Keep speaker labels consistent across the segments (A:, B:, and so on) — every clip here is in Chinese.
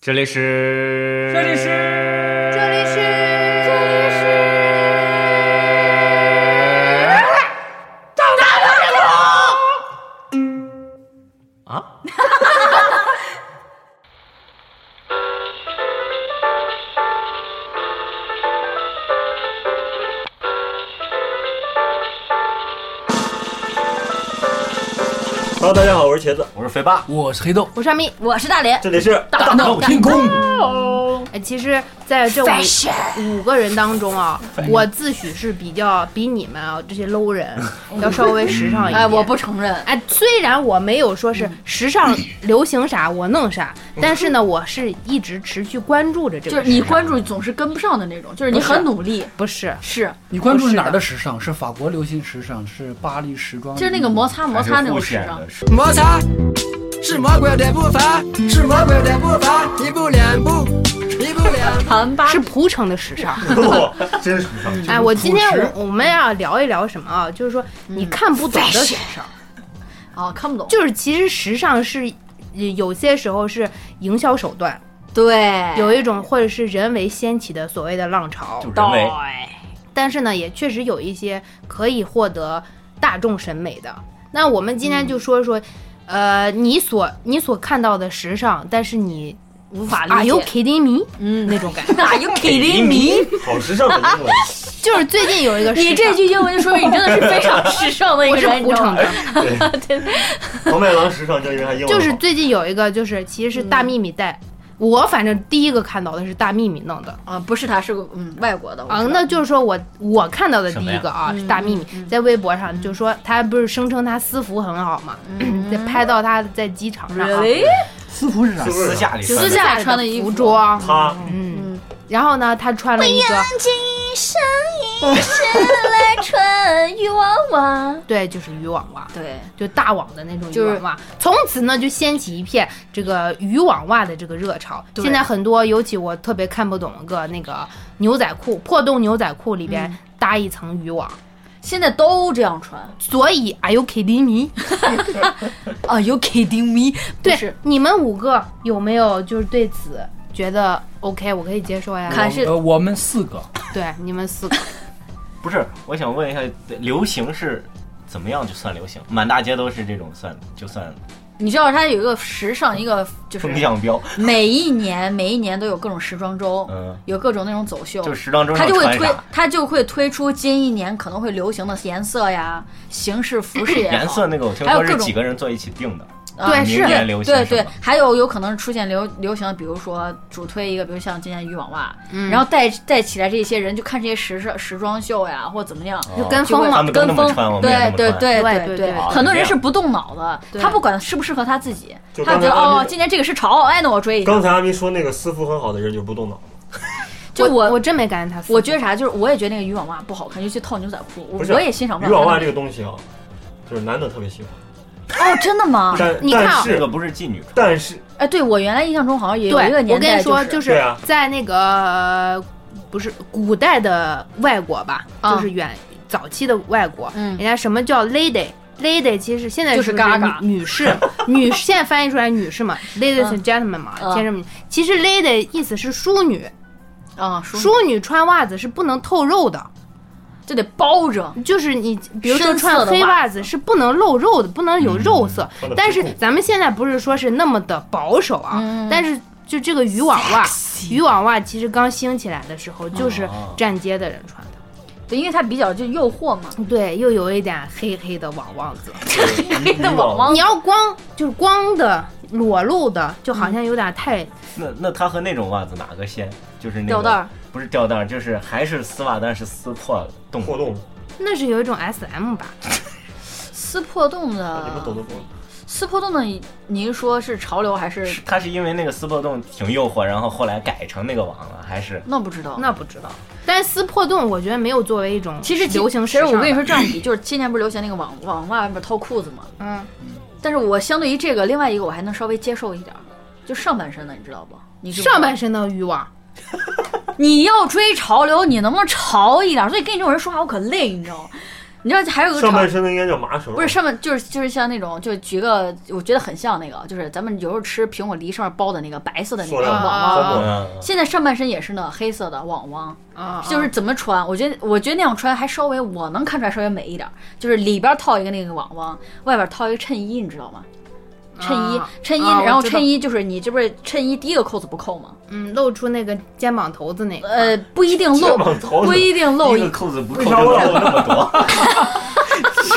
A: 这里是，
B: 这里是
C: 这里是
A: 啊，
B: Hello，大家好，我是茄子，
D: 我是肥爸，
E: 我是黑豆，
C: 我是阿咪，我是大连。
B: 这里是
E: 大闹天宫。
F: 哎，其实在这
C: 哎
F: 五五个人当中啊，我自诩是比较比你们啊这些 low 人要稍微时尚一点。
C: 哎，我不承认，
F: 哎，虽然我没有说是时尚流行啥我弄啥，但是呢，我是一直持续关注着这
C: 就
F: 个
C: 是
F: 事。
C: 你关注总是跟不上的那种，就是啊哦你很努力，
F: 不是，
C: 是，
E: 你关注是哪儿的时尚？是法国流行时尚，是巴黎时装，
C: 就是那个摩擦摩擦那种时
D: 还是
C: 尚
D: 互。显
G: 嗯摩擦是魔鬼的步伐，是魔鬼的步伐，一步两步，一步两步。
C: 韩吧
F: 是蒲城的时尚。
D: 的，真是上。
F: 哎，我今天我我们要聊一聊什么啊？就是说你看不懂的时尚，
C: 啊，看不懂。
F: 就是其实时尚是呃有些时候是营销手段，
C: 对
F: 有一种或者是人为掀起的所谓的浪潮。
D: 就人为，
F: 但是呢，也确实有一些可以获得大众审美的。那我们今天就说说，呃，你所你所看到的时尚，但是你
C: 无法
F: ，Are
C: 理
F: you
C: 解。
F: kidding me？嗯，那种感觉。
C: Are you kidding me？
B: 好时尚的英文，
F: 就是最近有一 个时尚，
C: 你这句英文就说明你真的是非常时尚的一
F: 我
C: 个
F: 是
C: 人，你
F: 胡
C: 知道
F: 扯
C: 吗？
F: 的，
B: 黄麦郎时尚就因为他英文好
F: 就是最近有一个，就是其实是大幂幂带。我反正第一个看到的是大幂幂弄的
C: 啊，不是他，是个嗯外国的。我
F: 啊
C: 知，道
F: 那就是说我我看到的第一
D: 什么
F: 个啊是大幂幂在微博上就说她不是声称她私服很好嘛， 在拍到她在机场上啊
C: Really？
E: 私服是啥？
B: 是不是
D: 私下里
C: 私
D: 穿的
C: 下穿的衣
F: 服
C: 服
F: 装，
B: 他
F: 嗯，然后呢，她穿了一个，
C: 一生一世来穿渔网袜。
F: 对，就是渔网袜，
C: 对，
F: 就大网的那种渔
C: 就是
F: 网袜，从此呢就掀起一片这个渔网袜的这个热潮。
C: 对
F: 现在很多，尤其我特别看不懂个那个牛仔裤，破洞牛仔裤里
C: 嗯
F: 边搭一层渔网，
C: 现在都这样穿。
F: 所以 Are you kidding me？
C: Are 啊 you kidding me？不
F: 对
C: 是，，
F: 你们五个有没有就是对此觉得 OK，我可以接受呀？
C: 看还是
E: 呃，我们四个，
F: 对，你们四个，
D: 不是，我想问一下，流行是怎么样就算流行？满大街都是这种算就算
C: 你知道它有一个时尚，一个就是
D: 风向标，
C: 每一年每一年都有各种时装周，
D: 嗯
C: 有各种那种走秀，
D: 就时装周
C: 它
D: 上
C: 就会
D: 穿
C: 推
D: 啥？，
C: 它就会推出近一年可能会流行的颜色呀、形式、服饰也好
D: 颜色那个我听
C: 还有
D: 说
C: 各
D: 是
C: 种
D: 几个人坐一起定的，
C: 啊
F: 对
D: 明
F: 是
D: 年流行
C: 对
D: 什
C: 对
D: 么，
C: 还有有可能出现流流行的，比如说主推一个，比如像今年渔网袜，
D: 嗯
F: 嗯
C: 然后带带起来这些人就看这些时尚时装秀呀，或怎么样，
D: 哦
F: 就跟
C: 就
F: 风
C: 会
F: 嘛
D: 他们都那
C: 跟
D: 么
C: 风
D: 穿我，们也那
C: 对
D: 么
C: 对
D: 穿哦
C: 对
F: 对对
C: 对
F: 对
C: 很多人
D: 这样
C: 是不动脑的，
F: 对
C: 他不管适不适合他自己，
B: 就
C: 他
B: 刚
C: 觉
B: 才
C: 得
B: 阿
C: 哦，
B: 咪
C: 今年这个哦是潮，哎，那我追一
B: 刚
C: 个。
B: 才阿咪说那个私服很好的人就不动脑，
C: 就
F: 我
C: 我
F: 真没感觉他私服，
C: 我觉得啥，就是我也觉得那个渔网袜不好看，尤其套牛仔裤，我
B: 不是啊
C: 我也欣赏不
B: 渔
C: 了。
B: 网袜这个东西啊，就是男的特别喜欢，
C: 嗯哦，真的吗？
B: 但
F: 你看啊
B: 但
D: 这个
B: 是
D: 不是妓女穿，
B: 但是
C: 哎，对我原来印象中好像也有
F: 对，
C: 一个年
F: 我跟
C: 代、
F: 你说，
C: 就是
B: 对啊
F: 在那个、呃不是古代的外国吧，
C: 啊
F: 就是远早期的外国，
C: 嗯
F: 人家什么叫 lady。lady 其实现在
C: 就是
F: 不
C: 嘎嘎
F: 女女 士，女现在翻译出来女士嘛，ladies and gentlemen 嘛，
C: 嗯
F: 先生们。其实 lady 意思是淑女，
C: 啊，淑女
F: 淑女穿袜子是不能透肉的，
C: 就得包着，
F: 就是你比如说
C: 深色
F: 穿
C: 的
F: 黑
C: 袜
F: 袜子是不能露肉的，不能有肉色
B: 嗯穿得。
F: 但
B: 不
F: 是
B: 透
F: 咱们现在不是说是那么的保守啊
C: 嗯，
F: 但是就这个渔网袜，渔网袜其实刚兴起来的时候就是
D: 哦
F: 站街的人穿的，
C: 对，因为它比较就诱惑嘛。
F: 对，又有一点黑黑的网袜子。
C: 黑的网
B: 网
C: 网
F: 哦你要光就是光的裸露的，就好像有点太
D: 那那它和那种袜子哪个先？就是那个
C: 吊带儿，
D: 不是吊带儿，就是还是丝袜，但是撕破洞。
B: 破洞，
F: 那是有一种 S M 吧？
C: 撕破洞
B: 你们懂
C: 的，
B: 得不？
C: 撕破洞的，你是说是潮流还是？
D: 它是因为那个撕破洞挺诱惑，然后后来改成那个网了，还是
C: 那不知道。
F: 那不知道。但是撕破洞，我觉得没有作为一种
C: 其实
F: 流行时
C: 其实
F: 尚吧。
C: 我跟你说这样比，就是今年不是流行那个网网袜外面套裤子嘛？
F: 嗯，
C: 但是我相对于这个另外一个，我还能稍微接受一点儿，就上半身的，你知道不？你知不知道
F: 上半身的渔网，
C: 你要追潮流，你能不能潮一点？所以跟你这种人说话，我可累，你知道吗？你知道还有个
B: 上
C: 场
B: 半身的应该叫麻绳，啊
C: 不是上面就是就是像那种，就举个我觉得很像那个，就是咱们有时候吃苹果梨上面包的那个白色的那
B: 塑
C: 个
B: 料
C: 网
B: 的
C: 网。
F: 啊
B: 包
D: 嗯
C: 现在上半身也是呢，黑色的网网，
F: 啊，
C: 就是怎么穿，我觉得我觉得那样穿还稍微我能看出来稍微美一点儿，就是里边套一个那个网网，外边套一个衬衣，你知道吗？衬衣
F: 啊，
C: 衬衣，
F: 啊我
C: 然后
F: 知道
C: 衬衣就是你这不是衬衣第一个扣子不扣吗？
F: 嗯，露出那个肩膀头子那个，
C: 呃，，不一定露
B: 肩，膀头
C: 不一定露
D: 一
C: 一
D: 个扣子不扣
B: 为
D: 就
B: 啥我
D: 漏
B: 老
D: 那么 多？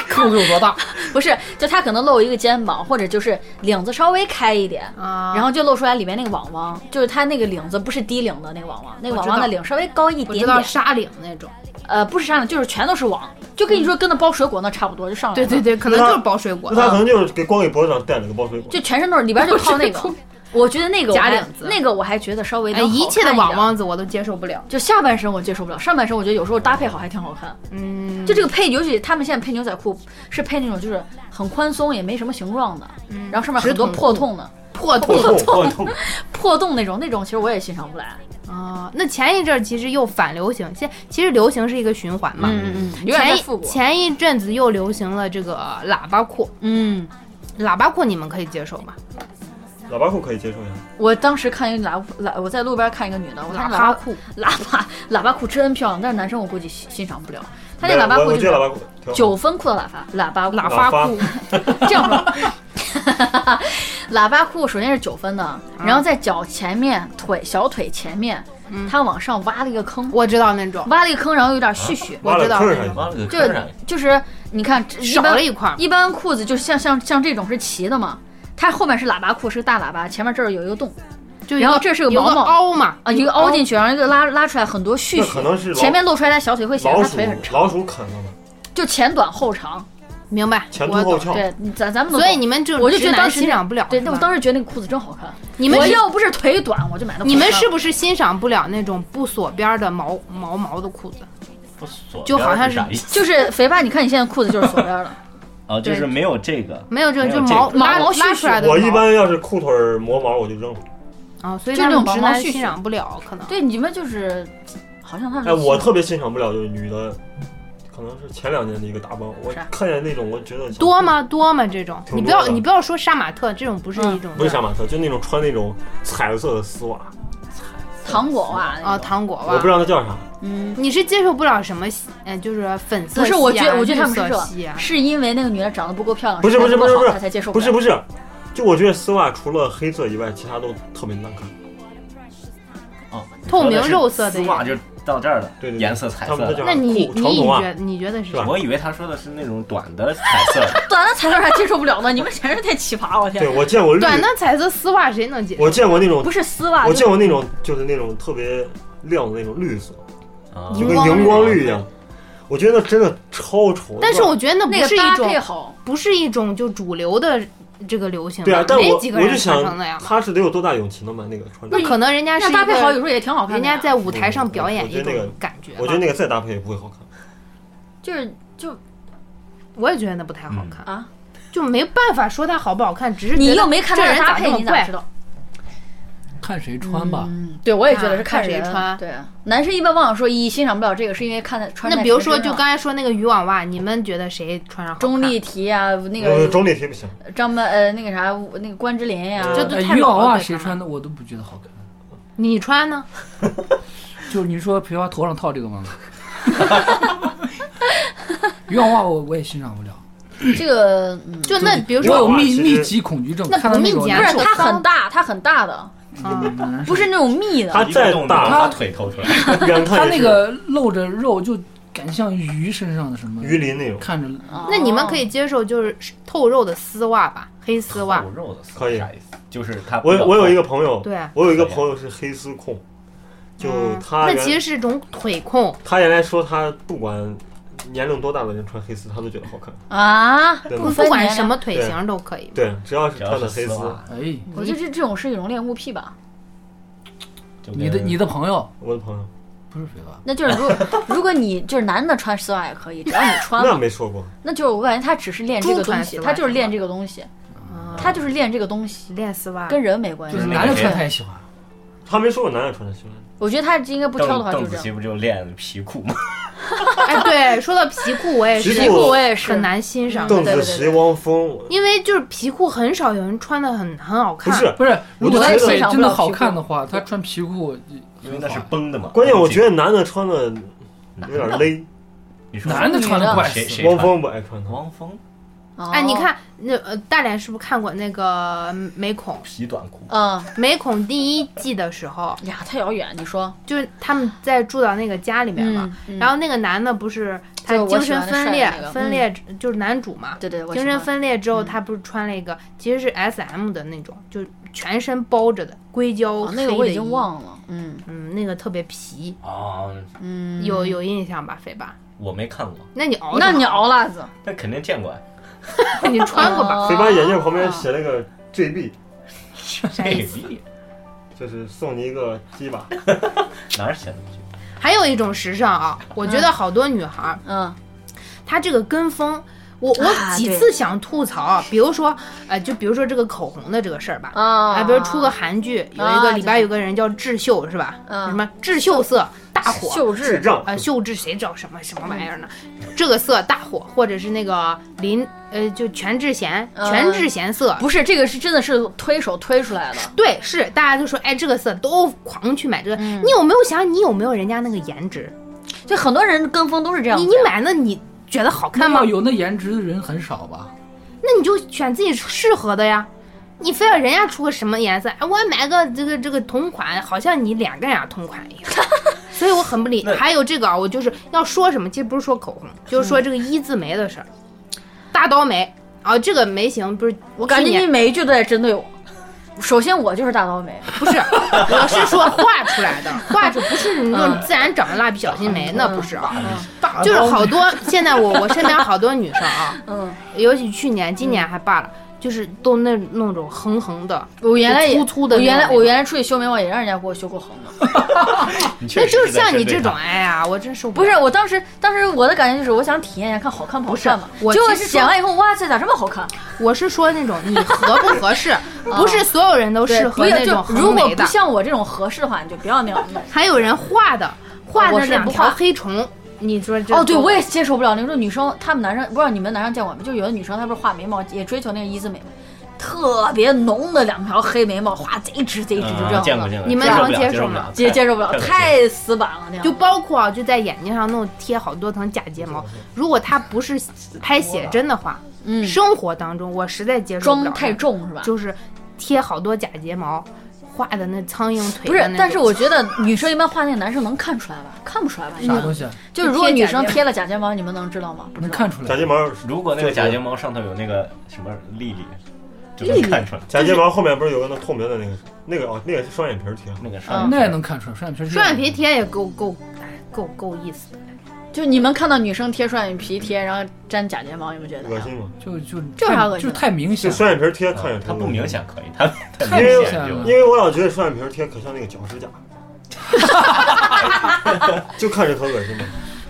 E: 扣子有多大？
C: 不是，就他可能露一个肩膀，或者就是领子稍微开一点，
F: 啊，
C: 然后就露出来里面那个网网，就是他那个领子不是低领的那个网网，那个网网的领稍微高一
F: 我
C: 点
F: 知道
C: 点，
F: 纱领那种，
C: 呃，不是纱领，就是全都是网，就跟你说跟那包水果那差不多，就上 来
F: 对嗯
C: 了，
F: 对对，可能
B: 那
F: 就是包水果
B: 那，他可能就是给光给脖子上戴了个包水果，
C: 就全身都是里边就靠 那个，我觉得那个我
F: 假
C: 还
F: 领子
C: 那个我还觉得稍微
F: 哎，
C: 能好
F: 一切的
C: 看一点
F: 网。网子我都接受不了。
C: 就下半身我接受不了，上半身我觉得有时候搭配好还挺好看。
F: 嗯，
C: 就这个配，尤其他们现在配牛仔裤是配那种就是很宽松，也没什么形状的，然后上面很多
F: 嗯直筒裤
C: 破洞的
F: 破
B: 破
F: 洞
B: 痛破痛，
C: 破洞那种，那种其实我也欣赏不来。
F: 啊！那前一阵儿其实又反流行，现其实流行是一个循环嘛。
C: 嗯嗯，永远
F: 前
C: 在
F: 一
C: 复古。
F: 前一阵子又流行了这个喇叭裤，
C: 嗯，
F: 喇叭裤你们可以接受吗？
B: 喇叭裤可以接受一下。
C: 我当时看一个喇喇，我在路边看一个女的，我看
F: 喇
C: 喇叭
F: 叭
C: 裤，
F: 裤，
C: 喇叭喇叭裤真漂亮，但是男生我估计欣欣赏不了。他那
B: 没有
C: 喇叭
B: 我
C: 裤
B: 我
C: 就
B: 觉得喇
C: 是啊
B: 叭裤挺好
C: 九分裤的喇叭喇叭
F: 喇
C: 喇
B: 叭
F: 叭裤，
C: 这样吧，喇叭裤首先是九分的，然后在脚前面腿小腿前面，他往上挖了一个坑，
F: 我知道那种，
C: 挖了一个坑，然后有点絮絮，
B: 挖
F: 我
B: 了
F: 知道
B: 坑
F: 那
B: 上
F: 种
B: 去
D: 挖了个
C: 就
D: 坑啊上去，
C: 就是你看这一
F: 少
C: 般
F: 了一块儿。
C: 一般裤子就像像像这种是齐的嘛，它后面是喇叭裤，是个大喇叭，前面这儿有一个洞
F: 就一
C: 然后
F: 个
C: 这是个
F: 有
C: 毛毛
F: 凹嘛，
C: 啊，一个凹进去，然后一个拉拉出来很多絮
B: 那
C: 絮，
B: 可能是老
C: 前面露出来，他小腿会显得
B: 老
C: 他
B: 鼠
C: 腿很长，
B: 老鼠啃了嘛，
C: 就前短后长。
F: 明白？
B: 前凸
F: 我
B: 后
F: 懂。
B: 翘。
C: 对，咱咱们都
F: 所以你们这
C: 我
F: 种
C: 就觉
F: 直
C: 得
F: 男
C: 当时
F: 欣赏不了。
C: 对，
F: 是
C: 那我
F: 吧
C: 当时觉得那个裤子真好看。
F: 你们
C: 我
F: 是
C: 要不是腿短，我就买那裤子。
F: 你们是不是欣赏不了那种不锁边儿的毛毛毛的裤子？
D: 不锁
F: 就好像
D: 是
F: 是
D: 啥意思？
C: 就是肥爸？你看你现在裤子就是锁边儿的，
D: 哦，就
F: 对
D: 是没有这个，
F: 没有这种，
D: 没有
F: 就是
D: 这
F: 毛
C: 个
F: 拉
C: 毛毛
F: 拉
C: 絮
F: 出来的毛。
B: 我一般要是裤腿儿磨毛，我就扔了。
F: 啊，所以
C: 就
F: 他
C: 那
F: 们
C: 种
F: 直
C: 毛毛
F: 男
C: 絮絮
F: 欣赏不了，可能。
C: 对，你们就是好
F: 嗯
C: 像他是
B: 哎，我特别欣赏不了就是女的，可能是前两年的一个打扮，我
C: 啥
B: 看见那种我觉得
F: 多？吗？多吗？这种
B: 嗯挺
F: 你不
B: 多
F: 要
B: 的
F: 你不要说杀马特这种不是
C: 嗯
F: 一种
B: 不是杀马特，就那种穿那种彩色的丝袜，
C: 糖果袜
F: 啊
C: 那种。
F: 糖果
B: 我
F: 袜
B: 不知。道那叫
F: 哦
B: 啥。
C: 嗯，
F: 你是接受不了什么西，嗯，就是粉色
C: 不
F: 系
C: 是，
F: 啊、
C: 我觉得我觉得他
F: 绿
C: 们是
F: 色
C: 这
F: 系啊，
C: 是因为那个女的长得不够漂亮，
B: 不是
C: 身材
B: 不是
C: 不
B: 不是
C: 够
B: 不
C: 好
B: 是
C: 她才接受
B: 不
C: 了
B: 是不是，就我觉得丝袜除了黑色以外，其他都特别难看。
D: 哦，
F: 透明肉色的
D: 丝袜就到这儿了，
B: 对对对
D: 颜色彩
B: 他
D: 色
B: 们那
D: 的。
B: 叫
F: 那你
B: 裤
F: 你
B: 长筒袜
F: 觉你觉得是
B: 啊是吧
D: 我以为他说的是那种短的彩色的，
C: 短的材料还接受不了呢，你们简直太奇葩！我
B: 对
C: 天，
B: 我见过绿，
F: 短的彩色丝袜谁能接受？
B: 我见过那种
C: 不，是丝袜，
B: 我
C: 就是
B: 见过那种就是那种特别亮的那种绿色，
D: 啊
B: 就跟
F: 荧光
B: 荧光绿一样。我觉得真的超丑。
F: 但是我觉得那
C: 那
F: 不
C: 个
F: 是
C: 搭
F: 一
C: 配
F: 种
C: 好，
F: 不是一种就主流的这个流行吧，
B: 对啊，但
F: 没
B: 我
F: 几个
B: 我
F: 人
B: 就
F: 穿成
B: 想
F: 那样，吧。
B: 他是得有多大勇气能把那个穿
F: 那
B: 上？
F: 可能人家是
C: 那
F: 一
C: 搭配好有时
F: 个
C: 候也挺好看
F: 人
C: 的呀。
F: 家在舞台上
B: 嗯
F: 表演
B: 我
F: 一
B: 觉得那
F: 种
B: 个
F: 感
D: 啊
F: 觉吧。
B: 我觉得那个再搭配也不会好看。
C: 就是就
F: 我也觉得那不太
B: 嗯
F: 好看，
C: 啊，
F: 就没办法说它好不好看，只是
C: 你
F: 觉得
C: 又没看
F: 这
C: 他的
F: 人
C: 搭
F: 咋
C: 配，
F: 这么
C: 你咋
F: 怪
C: 知？道？
E: 看谁穿吧。
C: 嗯，对，我也觉得是
F: 看
C: 人
F: 谁穿
C: 对，男生一般往往说一欣赏不了这个，是因为看他穿在
F: 那比如说，
C: 谁身
F: 就
C: 上
F: 刚才说那个渔网袜，你们觉得谁穿上好看？
C: 啊钟丽缇呀，那
B: 呃，
C: 个
B: 中立题 不行，
C: 张曼呃那个啥那个关之琳呀，
B: 这
F: 都
E: 哎
F: 太
E: 渔
F: 老
E: 网
F: 了
E: 袜
F: 被
E: 谁
F: 看
E: 穿的我都不觉得好看。
F: 你穿呢？
E: 就是你说葵花头上套这个吗？渔网袜啊我我也欣赏不了，
C: 这个嗯
F: 就那比如
E: 我有
F: 说，
E: 密
B: 其实
E: 密集恐惧症，
F: 那
E: 看到那
F: 不
E: 种
F: 密集
C: 不
F: 啊
C: 是它很大，它很大的，
E: 嗯难受
C: 不是那种密
B: 他
C: 的，
D: 一
B: 再
D: 个洞就
B: 大，
D: 把腿抠出来，
B: 远看
E: 它
B: 也
E: 那
B: 是
E: 个露着肉就感觉像鱼身上的什么
B: 鱼鳞那种，
E: 看着
C: 啊
F: 那你们可
C: 以
F: 以接受就是透肉的丝袜吧，黑丝袜
D: 有。肉的丝
B: 可以
D: 啥意思？就是他
B: 我我有一个朋友，
F: 对
B: 我有一个
D: 啊
B: 朋友是黑丝控，就
F: 嗯
B: 他
F: 那其实
B: 原
F: 是一种腿控，
B: 他原来说他不管年龄多大的人穿黑丝，他都觉得好看。
D: 嗯
C: 啊，
B: 对
C: 不
F: 不
C: 分
F: 管
C: 年
F: 什
C: 龄
F: 么腿型都可以。
B: 对，只要是
D: 只要
B: 穿
D: 是
B: 的黑
D: 丝
B: 丝，
D: 袜，
E: 哎，
C: 我觉得这这种是一种恋物癖吧。
D: 就跟
E: 你的你的朋友
B: 我的朋友
E: 不是葵花，
C: 那就是如 果如果你就是男的穿丝袜也可以，只要你
F: 啊
C: 穿
B: 那
C: 了，
B: 没说过，
C: 那就是我感觉他只是练这个
F: 猪
C: 东
F: 穿
C: 西，
F: 丝袜
C: 他就是练这个东西，
F: 啊，
C: 他就是练这个东西，
F: 练丝袜
C: 跟人没关
E: 就
C: 系
E: 是
D: 是。那
E: 男的
D: 个
E: 穿他也喜欢，
B: 他没说过男的穿的性
F: 嗯
B: 感，
C: 我觉得他应该不挑的
D: 邓
C: 话就
D: 邓
C: 这
D: 紫棋
C: 样。
D: 不就练皮裤吗？
F: 哎，对，说到皮裤，我也
B: 皮
F: 是
B: 裤嗯
C: 我也是
F: 很难欣赏，
B: 邓
C: 对
B: 紫
C: 对
B: 棋、
C: 对
B: 汪峰，我
F: 因为就是皮裤很少有人穿的很很好
B: 不
F: 看。
B: 是
E: 不是，
B: 我
E: 如
B: 就
E: 果他
B: 觉得
E: 腿
C: 欣赏不
E: 真的
C: 了
E: 好
C: 皮裤
E: 看的话，他穿皮裤
D: 因为那是崩的嘛。
B: 关键我觉
D: 得
B: 得男的穿的有点勒，
D: 你说
E: 男的穿的怪
D: 谁
E: 死
D: 谁
E: 了。
B: 汪峰不爱穿他，
D: 汪峰
F: 哎，
C: 哎
F: 你，看那呃，大脸是不是看过那个美恐？
D: 皮短裤，
C: 嗯
F: 美恐第一季的时候，
C: 呀，太遥远，你说
F: 就是他们在住到那个家里面嘛，
C: 嗯嗯
F: 然后那个男的不是他
C: 就是
F: 精
C: 我喜
F: 神
C: 欢的
F: 分
C: 帅
F: 裂
C: 的，那个嗯
F: 分裂就是男主嘛，
C: 对对，我
F: 精
C: 喜
F: 神
C: 欢
F: 分裂之后，
C: 嗯
F: 他不是穿了一个其实是 S M 的那种，就全身包着的硅胶
C: 哦
F: 黑的衣、
C: 那个我已经忘了，嗯
F: 嗯，那个特别皮，
D: 啊，
C: 嗯，
F: 有有印象吧，肥吧？
D: 我没看过，
F: 那你熬
C: 那
F: 着
C: 你
F: 吧，
C: 熬辣子，
D: 那肯定见过啊呀。
F: 你穿过吧？
B: 谁把眼镜旁边
C: 啊
B: 写了
F: 哦
B: 个 JB，
F: 啥意思？
B: 就是送你一个鸡巴。
D: 哪儿写的？
F: 还有一种时尚啊，我觉得好多女孩儿
C: 嗯，
F: 她这个跟风。我
C: 啊
F: 我几
C: 对
F: 次想吐槽啊，比如说，呃，就比如说这个口红的这个事儿吧，
C: 啊
F: 啊，比如出个韩剧，有一
C: 啊
F: 个里边
C: 对
F: 有个人叫智秀是吧？
C: 嗯
F: 什么智秀色大火，
C: 秀
B: 智
C: 智，
B: 障
F: 啊，秀智谁知道什么什么玩意儿呢？这个色大火，或者是那个林呃，就全智贤，
C: 嗯
F: 全智贤色，
C: 不是这个是真的是推手推出来的，
F: 对，是大家都说，哎，这个色都狂去买这个。
C: 嗯
F: 你有没有想，你有没有人家那个颜值？
C: 就很多人跟风都是这样子
F: 你
C: 呀，
F: 你买那你觉得好看吗
E: 要？有那颜值的人很少吧？
F: 那你就选自己适合的呀。你非要人家出个什么颜色，哎，我买个这个这个同款，好像你俩跟人家同款一样。所以我很不理。还有这个啊，我就是要说什么，其实不是说口红，就是说这个一字眉的事儿，大刀眉啊，这个眉形不是
C: 我感
F: 去
C: 觉
F: 年
C: 你每一句都在针对我。首先我就是大刀眉，
F: 不是，我是说画出来的，画出不是你那种自然长的蜡笔小新眉，那不是啊，嗯就是好多现在我我身边好多女生啊，
C: 嗯，
F: 尤其去年、今年还罢了，就是都那那种横横的，
C: 我原来也
F: 粗粗的
C: 我
F: 那种
C: 原来我原来出去修眉毛也让人家给我修过红的，
D: 你确
F: 那
D: 实
F: 就是
D: 是在
F: 像你
D: 针对
F: 这种，
D: 他
F: 哎呀，我真受
C: 不
F: 了
C: 是，我当时当时我的感觉就是我想体验一下看好看不好看嘛，
F: 不是我
C: 结果
F: 其实
C: 剪完以后，哇塞，咋这么好看？
F: 我是说那种你合不合 适，不是所有人都
C: 对
F: 适
C: 不
F: 合
C: 要
F: 那
C: 就
F: 种
C: 如
F: 横
C: 果
F: 眉的
C: 不，像我这种合适的话，你就不要那 样。
F: 还有人画的画
C: 我
F: 的
C: 是
F: 两
C: 不
F: 条
C: 画
F: 黑虫，你说这
C: 哦，对，
F: 多
C: 我也接受不了那种女生，她们男生不知道你们男生见过没？就有的女生她不是画眉毛也追求那个一字眉吗，特别浓的两条黑眉毛，画贼直贼直，就这
D: 嗯
C: 样
D: 见过
C: 子
D: 见过，
F: 你们
D: 接受不了
F: 能接
D: 接
F: 受
D: 受不
F: 吗
D: 了
C: 接接受不了，
D: 恶心
C: 太死板了那样。
F: 就包括啊，就在眼睛上弄贴好多层假睫毛。如果他不是拍写真的话，
C: 嗯，
F: 生活当中我实在接受不了
C: 妆太，重是吧？
F: 就是贴好多假睫毛，画的那苍蝇腿
C: 不
F: 的那
C: 是
F: 种。，
C: 但是我觉得女生一般画那个男生能看出来吧？看不出来吧？
E: 啥东西啊
C: 就是如果女生
F: 就贴假睫毛
C: 贴了假睫毛，你们能知道吗？不知
E: 能
C: 道
E: 看出来？
B: 假睫毛，
D: 如果那个假睫毛上头有那个什么粒粒，就能看出来
B: 假睫毛后面不是有个那透明的那个，那个哦，那个是双眼皮儿贴。
D: 那个上
C: 嗯
E: 那也能看出来，双眼皮儿
F: 双眼皮贴也够够哎够够意思的。
C: 就你们看到女生贴双眼皮贴，然后粘假睫毛，你们觉得
B: 恶？心吗？
E: 就就
C: 这有啥恶
E: 太
C: 心
E: 就
C: 的
E: 太明
B: 就
E: 显，
B: 双眼皮儿贴看
D: 头
B: 着，
D: 啊它嗯不明，显可以，它它
E: 太
D: 明
E: 明
D: 显
E: 显
D: 就
E: 了
B: 因为我老觉得双眼皮儿贴可像那个脚趾甲， 就看着可恶心了。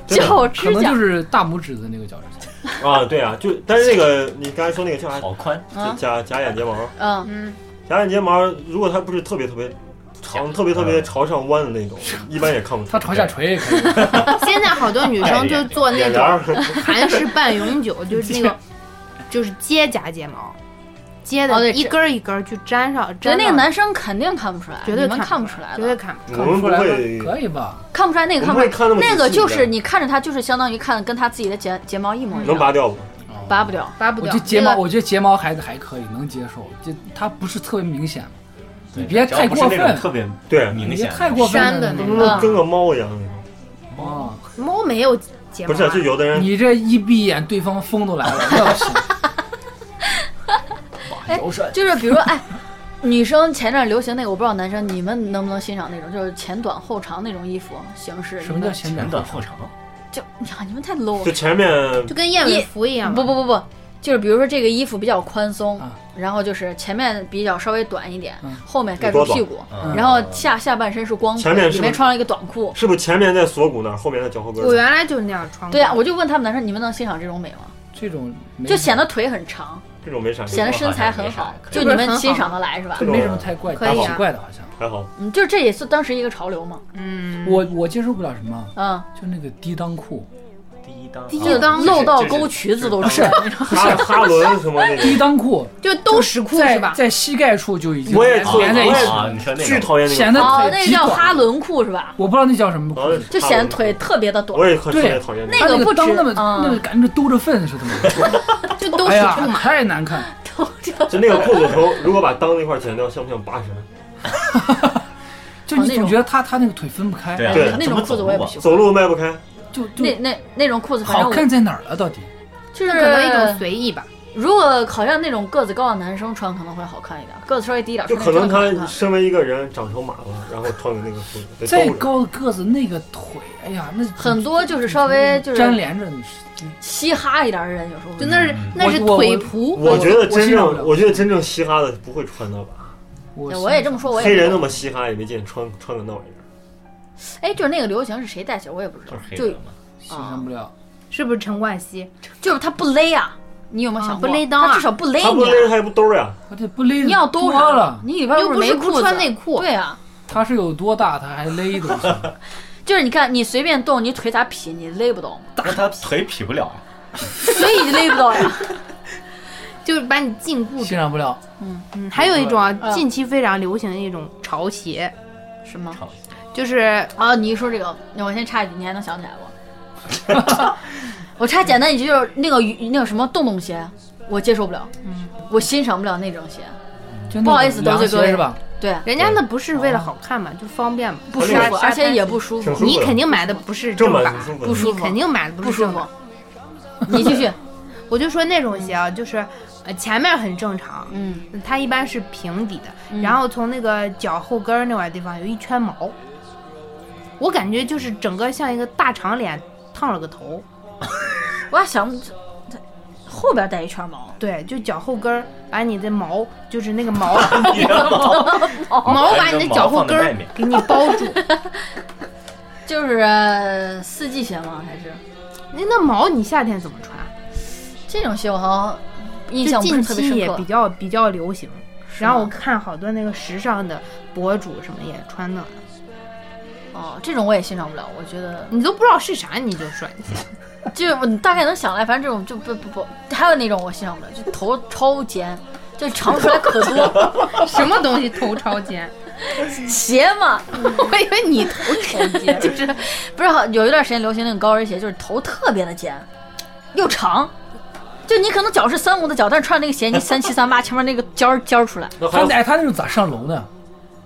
B: 真的
C: 脚
E: 可
C: 指
E: 能
C: 甲
E: 就，是大拇指的那个角质层。
B: 啊，对啊，就但是那个你刚才说那个叫啥？
D: 好宽，
B: 假假假眼睫毛，
C: 嗯，
F: 嗯，
B: 假眼睫毛如果它不是特别特别长、特别特别朝上弯的那种，一般也看不出
E: 它
B: 来。
E: 朝下垂也可以，
F: 现在好多女生就做那
B: 哎眼帘
F: 种
B: 儿，
F: 韩式半永 久，就是那个就是接假睫毛，接
C: 哦
F: 的
C: 对
F: 一
C: 这
F: 根儿一根儿去粘上，
C: 觉
F: 粘
C: 得那个
F: 上
C: 男生肯定看不出来，
F: 绝对
C: 你们看不出来
F: 绝对
C: 的，
F: 看不出
E: 看
F: 来。
B: 我
E: 不出
B: 们不
E: 来吧
B: 会，
E: 可以吧？
C: 看不出来那个
B: 我
C: 看
B: 们
C: 不
B: 会
C: 出来。
B: 看那么
C: 那个
B: 仔细
C: 就
B: 的
C: 是你看着他，就是相当于看跟他自己的睫睫毛一模一
B: 能
C: 样，
B: 拔掉不？
E: 哦
C: 拔不掉。
F: 拔不
E: 我
F: 掉。
E: 觉得睫毛，
F: 那个
E: 我觉得睫毛还还可以，能接受，就它不是特别明显，
D: 对
E: 你别
D: 只要
E: 太
D: 不是
E: 过
D: 那种
E: 分
D: 特别
B: 对，
E: 你
D: 明
E: 别
D: 显
E: 太过分
F: 山
E: 了
F: 的
E: 那
B: 能不
E: 种
B: 能跟个猫一样那种？
E: 啊！
F: 猫没有睫毛、啊，
B: 不是，就有的人
E: 你这一闭眼，对方风都来了，那不行。
C: 哎，就是比如说，哎，女生前阵儿流行那个，我不知道男生你们能不能欣赏那种，就是前短后长那种衣服形式。
E: 什么叫前
D: 前
E: 短
D: 短后长，
C: 就呀？你们太 low
B: 就
C: 了。
B: 前面
F: 就跟燕尾服一样嘛。
C: 不不不不，就是比如说这个衣服比较宽松
E: 啊，
C: 然后就是前面比较稍微短一点
E: 嗯，
C: 后面盖住屁股，
D: 嗯
C: 然后下下半身是光裤，
B: 前面是
C: 里
B: 不
C: 面
B: 是
C: 穿了一个短裤。
B: 是不是前面在锁骨那儿，后面在脚后跟儿？
F: 我原来就那样穿过。
C: 啊对呀、我就问他们男生，你们能欣赏这种美吗？
E: 这种没
C: 就显得腿很长，
B: 这种没啥，
C: 显得身材很
D: 好像，
C: 好
D: 没啥
C: 就你们欣赏得来是吧
E: 这？没什么太怪，
F: 可以啊
E: 打奇怪的，好像。
B: 还好。
C: 嗯，就是这也是当时一个潮流嘛。
F: 嗯，
E: 我我接受不了什么，
C: 嗯，
E: 就那个低裆裤，
D: 第一档
F: 第一
C: 就
F: 就当
C: 露到沟渠子都
D: 哦就是是。
B: 哈哈伦什么那
E: 低
B: 种，
E: 裆裤
F: 就都石裤
E: 在
F: 是吧？
E: 在膝盖处就已经
B: 我也特
E: 连在一起，
D: 啊，你说那
B: 巨
D: 个
B: 讨厌那
E: 显得
B: 个。
C: 哦，
E: 腿
C: 那
E: 极
C: 个叫
E: 短
C: 哈伦裤是吧？
E: 我不知道那叫什么
B: 然
E: 裤
B: 后
E: 子，
C: 就显得腿，特别的短
B: 我。也特特别
E: 对
B: 讨厌
C: 那
E: 它
C: 个
E: 那
C: 不
E: 个
C: 止
E: 裆那么
C: 嗯
E: 那个感觉兜着粪似的嘛，
F: 就都
E: 哎
F: 石
E: 呀
F: 裤，嘛。哦
E: 太难看，
B: 就那个裤子头，如果把裆那块剪掉，像不像八神？
E: 就
C: 哦
E: 你
C: 那种
E: 总觉得他他那个腿分不开，
D: 对啊
B: 对，
C: 那
D: 怎么
C: 种裤
D: 走
C: 子我也
D: 路
C: 不
D: 啊
C: 喜欢。
B: 走路迈不开，
E: 就就
C: 那那那种裤子，反
E: 好
C: 正
E: 看
C: 我
E: 在哪儿了？到底
C: 就是
F: 可能一种随意吧，
C: 如果好像那种个子高的男生穿可能会好看一点，个子稍微低一点
B: 就
C: 穿那个
B: 可能
C: 真的很好
B: 他
C: 看。
B: 身为一个人长成马了，然后穿的那个裤子得
E: 再
B: 兜着。
E: 高的个子，那个腿，哎呀，那
C: 很多就是稍微就
E: 粘
C: 是
E: 连着你。
C: 嘻哈一点的人，有时候会嗯
F: 就那是那是
E: 我我
F: 腿蹼，
B: 我觉得真
E: 我欣赏不
B: 正，
E: 了
B: 我觉得真正嘻哈的不会穿的吧？
E: 我
C: 对我也这么说，我也
B: 黑人那
C: 不
B: 么嘻哈也没见穿穿个那玩意儿。
C: 懂哎，就是那个流行是谁带起来，我也不知
D: 就
C: 道
D: 是。黑
C: 就
D: 人嘛，
E: 欣
C: 啊
E: 赏不了。
F: 是不是陈冠希？
C: 就是他不勒啊，你有没有想过？
F: 啊不勒裆啊
C: 他至少不勒
B: 他不
C: 你啊。
B: 勒还不兜呀？
E: 而且不勒
C: 你要兜
E: 多
C: 上
E: 了，
C: 你里边
F: 又不
C: 没
F: 是
C: 裤
F: 不
C: 子
F: 穿内裤，
C: 对啊，
E: 他是有多大，他还勒多 少？
C: 就是你看你随便动，你腿咋劈你勒 不动，
D: 那他腿劈不了，啊
C: 所以你勒不到呀。
F: 就是把你禁锢住。
E: 欣赏不了。
F: 嗯还有一种啊
C: 嗯，
F: 近期非常流行的一种潮鞋，
C: 什么？
F: 就是
C: 啊，你一说这个，那我先插一句，你还能想起来不？ 我插简单一句，就是那个鱼那个什么洞洞鞋，我接受不了，嗯，我欣赏不了那种鞋。
E: 就那种
C: 不好意思得罪各位
E: 凉鞋是吧？
C: 对，
F: 人家那不是为了好看嘛，就方便嘛，
C: 不舒
F: 沙
C: 服，而且也。
F: 沙滩
C: 不舒服
B: 挺，舒服
F: 你
B: 的
F: 肯定买的不是
B: 正
F: 正
B: 版
F: 版
B: 挺，舒服
C: 不
B: 的。
C: 舒
F: 你
C: 服，
F: 肯定买的
C: 不
F: 不是
C: 舒
F: 正
C: 服
F: 版。。
C: 你继续，
F: 我就说那种鞋啊，就是呃前面很正常，
C: 嗯，
F: 它一般是平底的，
C: 嗯
F: 然后从那个脚后跟儿那块地方有一圈毛，我感觉就是整个像一个大长脸烫了个头，
C: 我还想这这后边带一圈毛，
F: 对，就脚后跟儿把你的毛，就是那个 毛
D: 你的毛
F: 毛把你的脚后跟
D: 把你的毛放在外
F: 儿
D: 面
F: 给你包住，
C: 就是呃四季鞋吗？还是
F: 那那毛你夏天怎么穿？
C: 这种鞋我好像印
F: 就
C: 象不
F: 近
C: 是特别
F: 期
C: 深
F: 也
C: 刻
F: 比。较比较流行，然后我
C: 吗
F: 看好多那个时尚的博主什么也穿那，
C: 哦，这种我也欣赏不了，我觉得
F: 你都不知道是啥你就 说你
C: 就是我大概能想来，反正这种就不不不，还有那种我欣赏不了，就头超尖，就长出来可 多
F: 什么东西头超尖，
C: 鞋嘛，
F: 我以为你头超尖，
C: 就是不是好有一段时间流行那种高跟鞋，就是头特别的尖，又长。就你可能脚是三五的脚，但是穿那个鞋，你三七三八前面那个尖儿尖儿出来，
B: 那
E: 他
B: 还有
E: 哎，他那种咋上楼呢？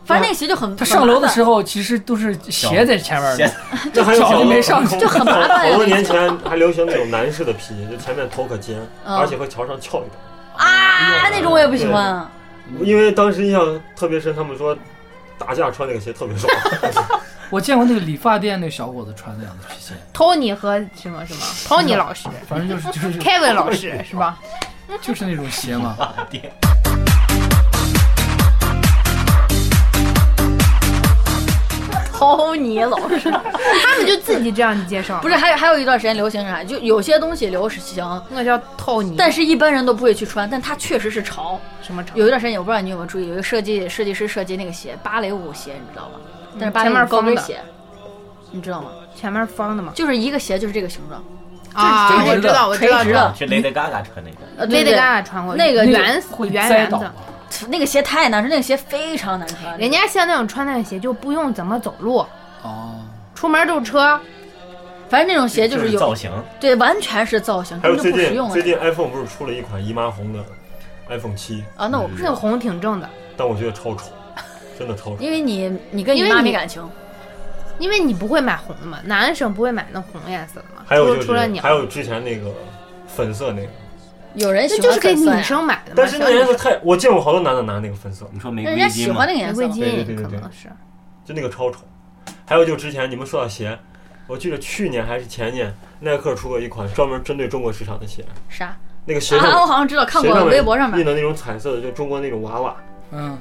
C: 反正那个鞋就很
E: 他上楼的时
C: 候
E: 候其实都是鞋在前面
D: 鞋
E: 的
D: 子，
B: 那还有
E: 脚
B: 小
E: 就没上去
C: 就很麻烦
B: 好
C: 呀
B: 多年前还流行那种男士的皮，就前面头可尖，
C: 嗯
B: 而且和桥上翘一点。
C: 啊，那种我也不喜欢。
B: 因为当时印象特别深，他们说打架穿那个鞋特别爽。
E: 我见过那个理发店那个小伙子穿那样的皮鞋，
F: 托尼和什么什么托尼老师、
E: 反正就是就是
F: Kevin 老师是吧？
E: 就是那种鞋 嘛。
D: 发电，
C: 偷你老师，
F: 他们就自己这样介绍，
C: 不是还有还有一段时间流行啥？就有些东西流行，
F: 那叫透尼，
C: 但是一般人都不会去穿，但它确实是潮。
F: 什么潮
C: 有一段时间，我不知道你有没有注意，有一个设计设计师设计那个鞋，芭蕾舞鞋，你知道吗？但是芭蕾
F: 前面
C: 舞高跟
F: 方的
C: 鞋，你知道吗？
F: 前面方的嘛？
C: 就是一个鞋就是这个形状，
F: 啊，
E: 垂
F: 我
E: 直
F: 知
E: 的
F: 道，我知
C: 垂
F: 道，
C: 直 的，
D: 是 Lady Gaga 穿那个，
C: 呃，对
F: 勒
C: 对
F: 得
C: 对
F: 嘎穿过去
C: 那个
F: 圆
E: 会
F: 圆
E: 栽
F: 圆
E: 倒
F: 的，
C: 那个鞋太难穿，那个鞋非常难穿。
F: 人家像那种穿那个鞋就不用怎么走路，
E: 哦，
F: 出门就车，
C: 反正那种 鞋就
D: 就是是
C: 有
D: 造型，
C: 对，完全是造型，
B: 还
C: 根
B: 有
C: 本就
B: 最
C: 不实
B: 近
C: 用啊
B: 最近 iPhone 不是出了一款姨妈红的 iPhone 七，
C: 啊！那我
B: 嗯
C: 不知
F: 那个
C: 道，
F: 红挺正的，
B: 但我觉得超丑，真的超丑。
C: 因为你你跟你
F: 因为
C: 妈
F: 你
C: 没感情，
F: 因为你不会买红的嘛，男生不会买那红颜色的嘛，
B: 还有就
F: 除了
B: 是
F: 鸟，
B: 还有之前那个粉色那个，
C: 有人喜
F: 这
C: 欢
F: 就是给
C: 粉色
F: 女
C: 呀，
F: 生买的嘛，
B: 但是那
F: 小
B: 颜
F: 女
B: 色
F: 生
B: 太，我见过好多男的拿那个粉色，
D: 你说玫
C: 人家
D: 瑰
C: 喜
D: 金
C: 欢
D: 吗
C: 那？个
F: 玫
C: 颜色
F: 瑰
C: 吗，
F: 金
B: 对对对对
F: 可
B: 对
F: 能是，
B: 就那个超丑。还有就之前你们说到鞋，我记得去年还是前年，耐克出过一款专门针对中国市场的鞋，
C: 啥
B: 那个鞋上
C: 啊？我好像知道，看
B: 鞋
C: 过
B: 上
C: 微博上
B: 印
C: 面，
B: 的那种彩色的，就中国那种娃娃，
E: 嗯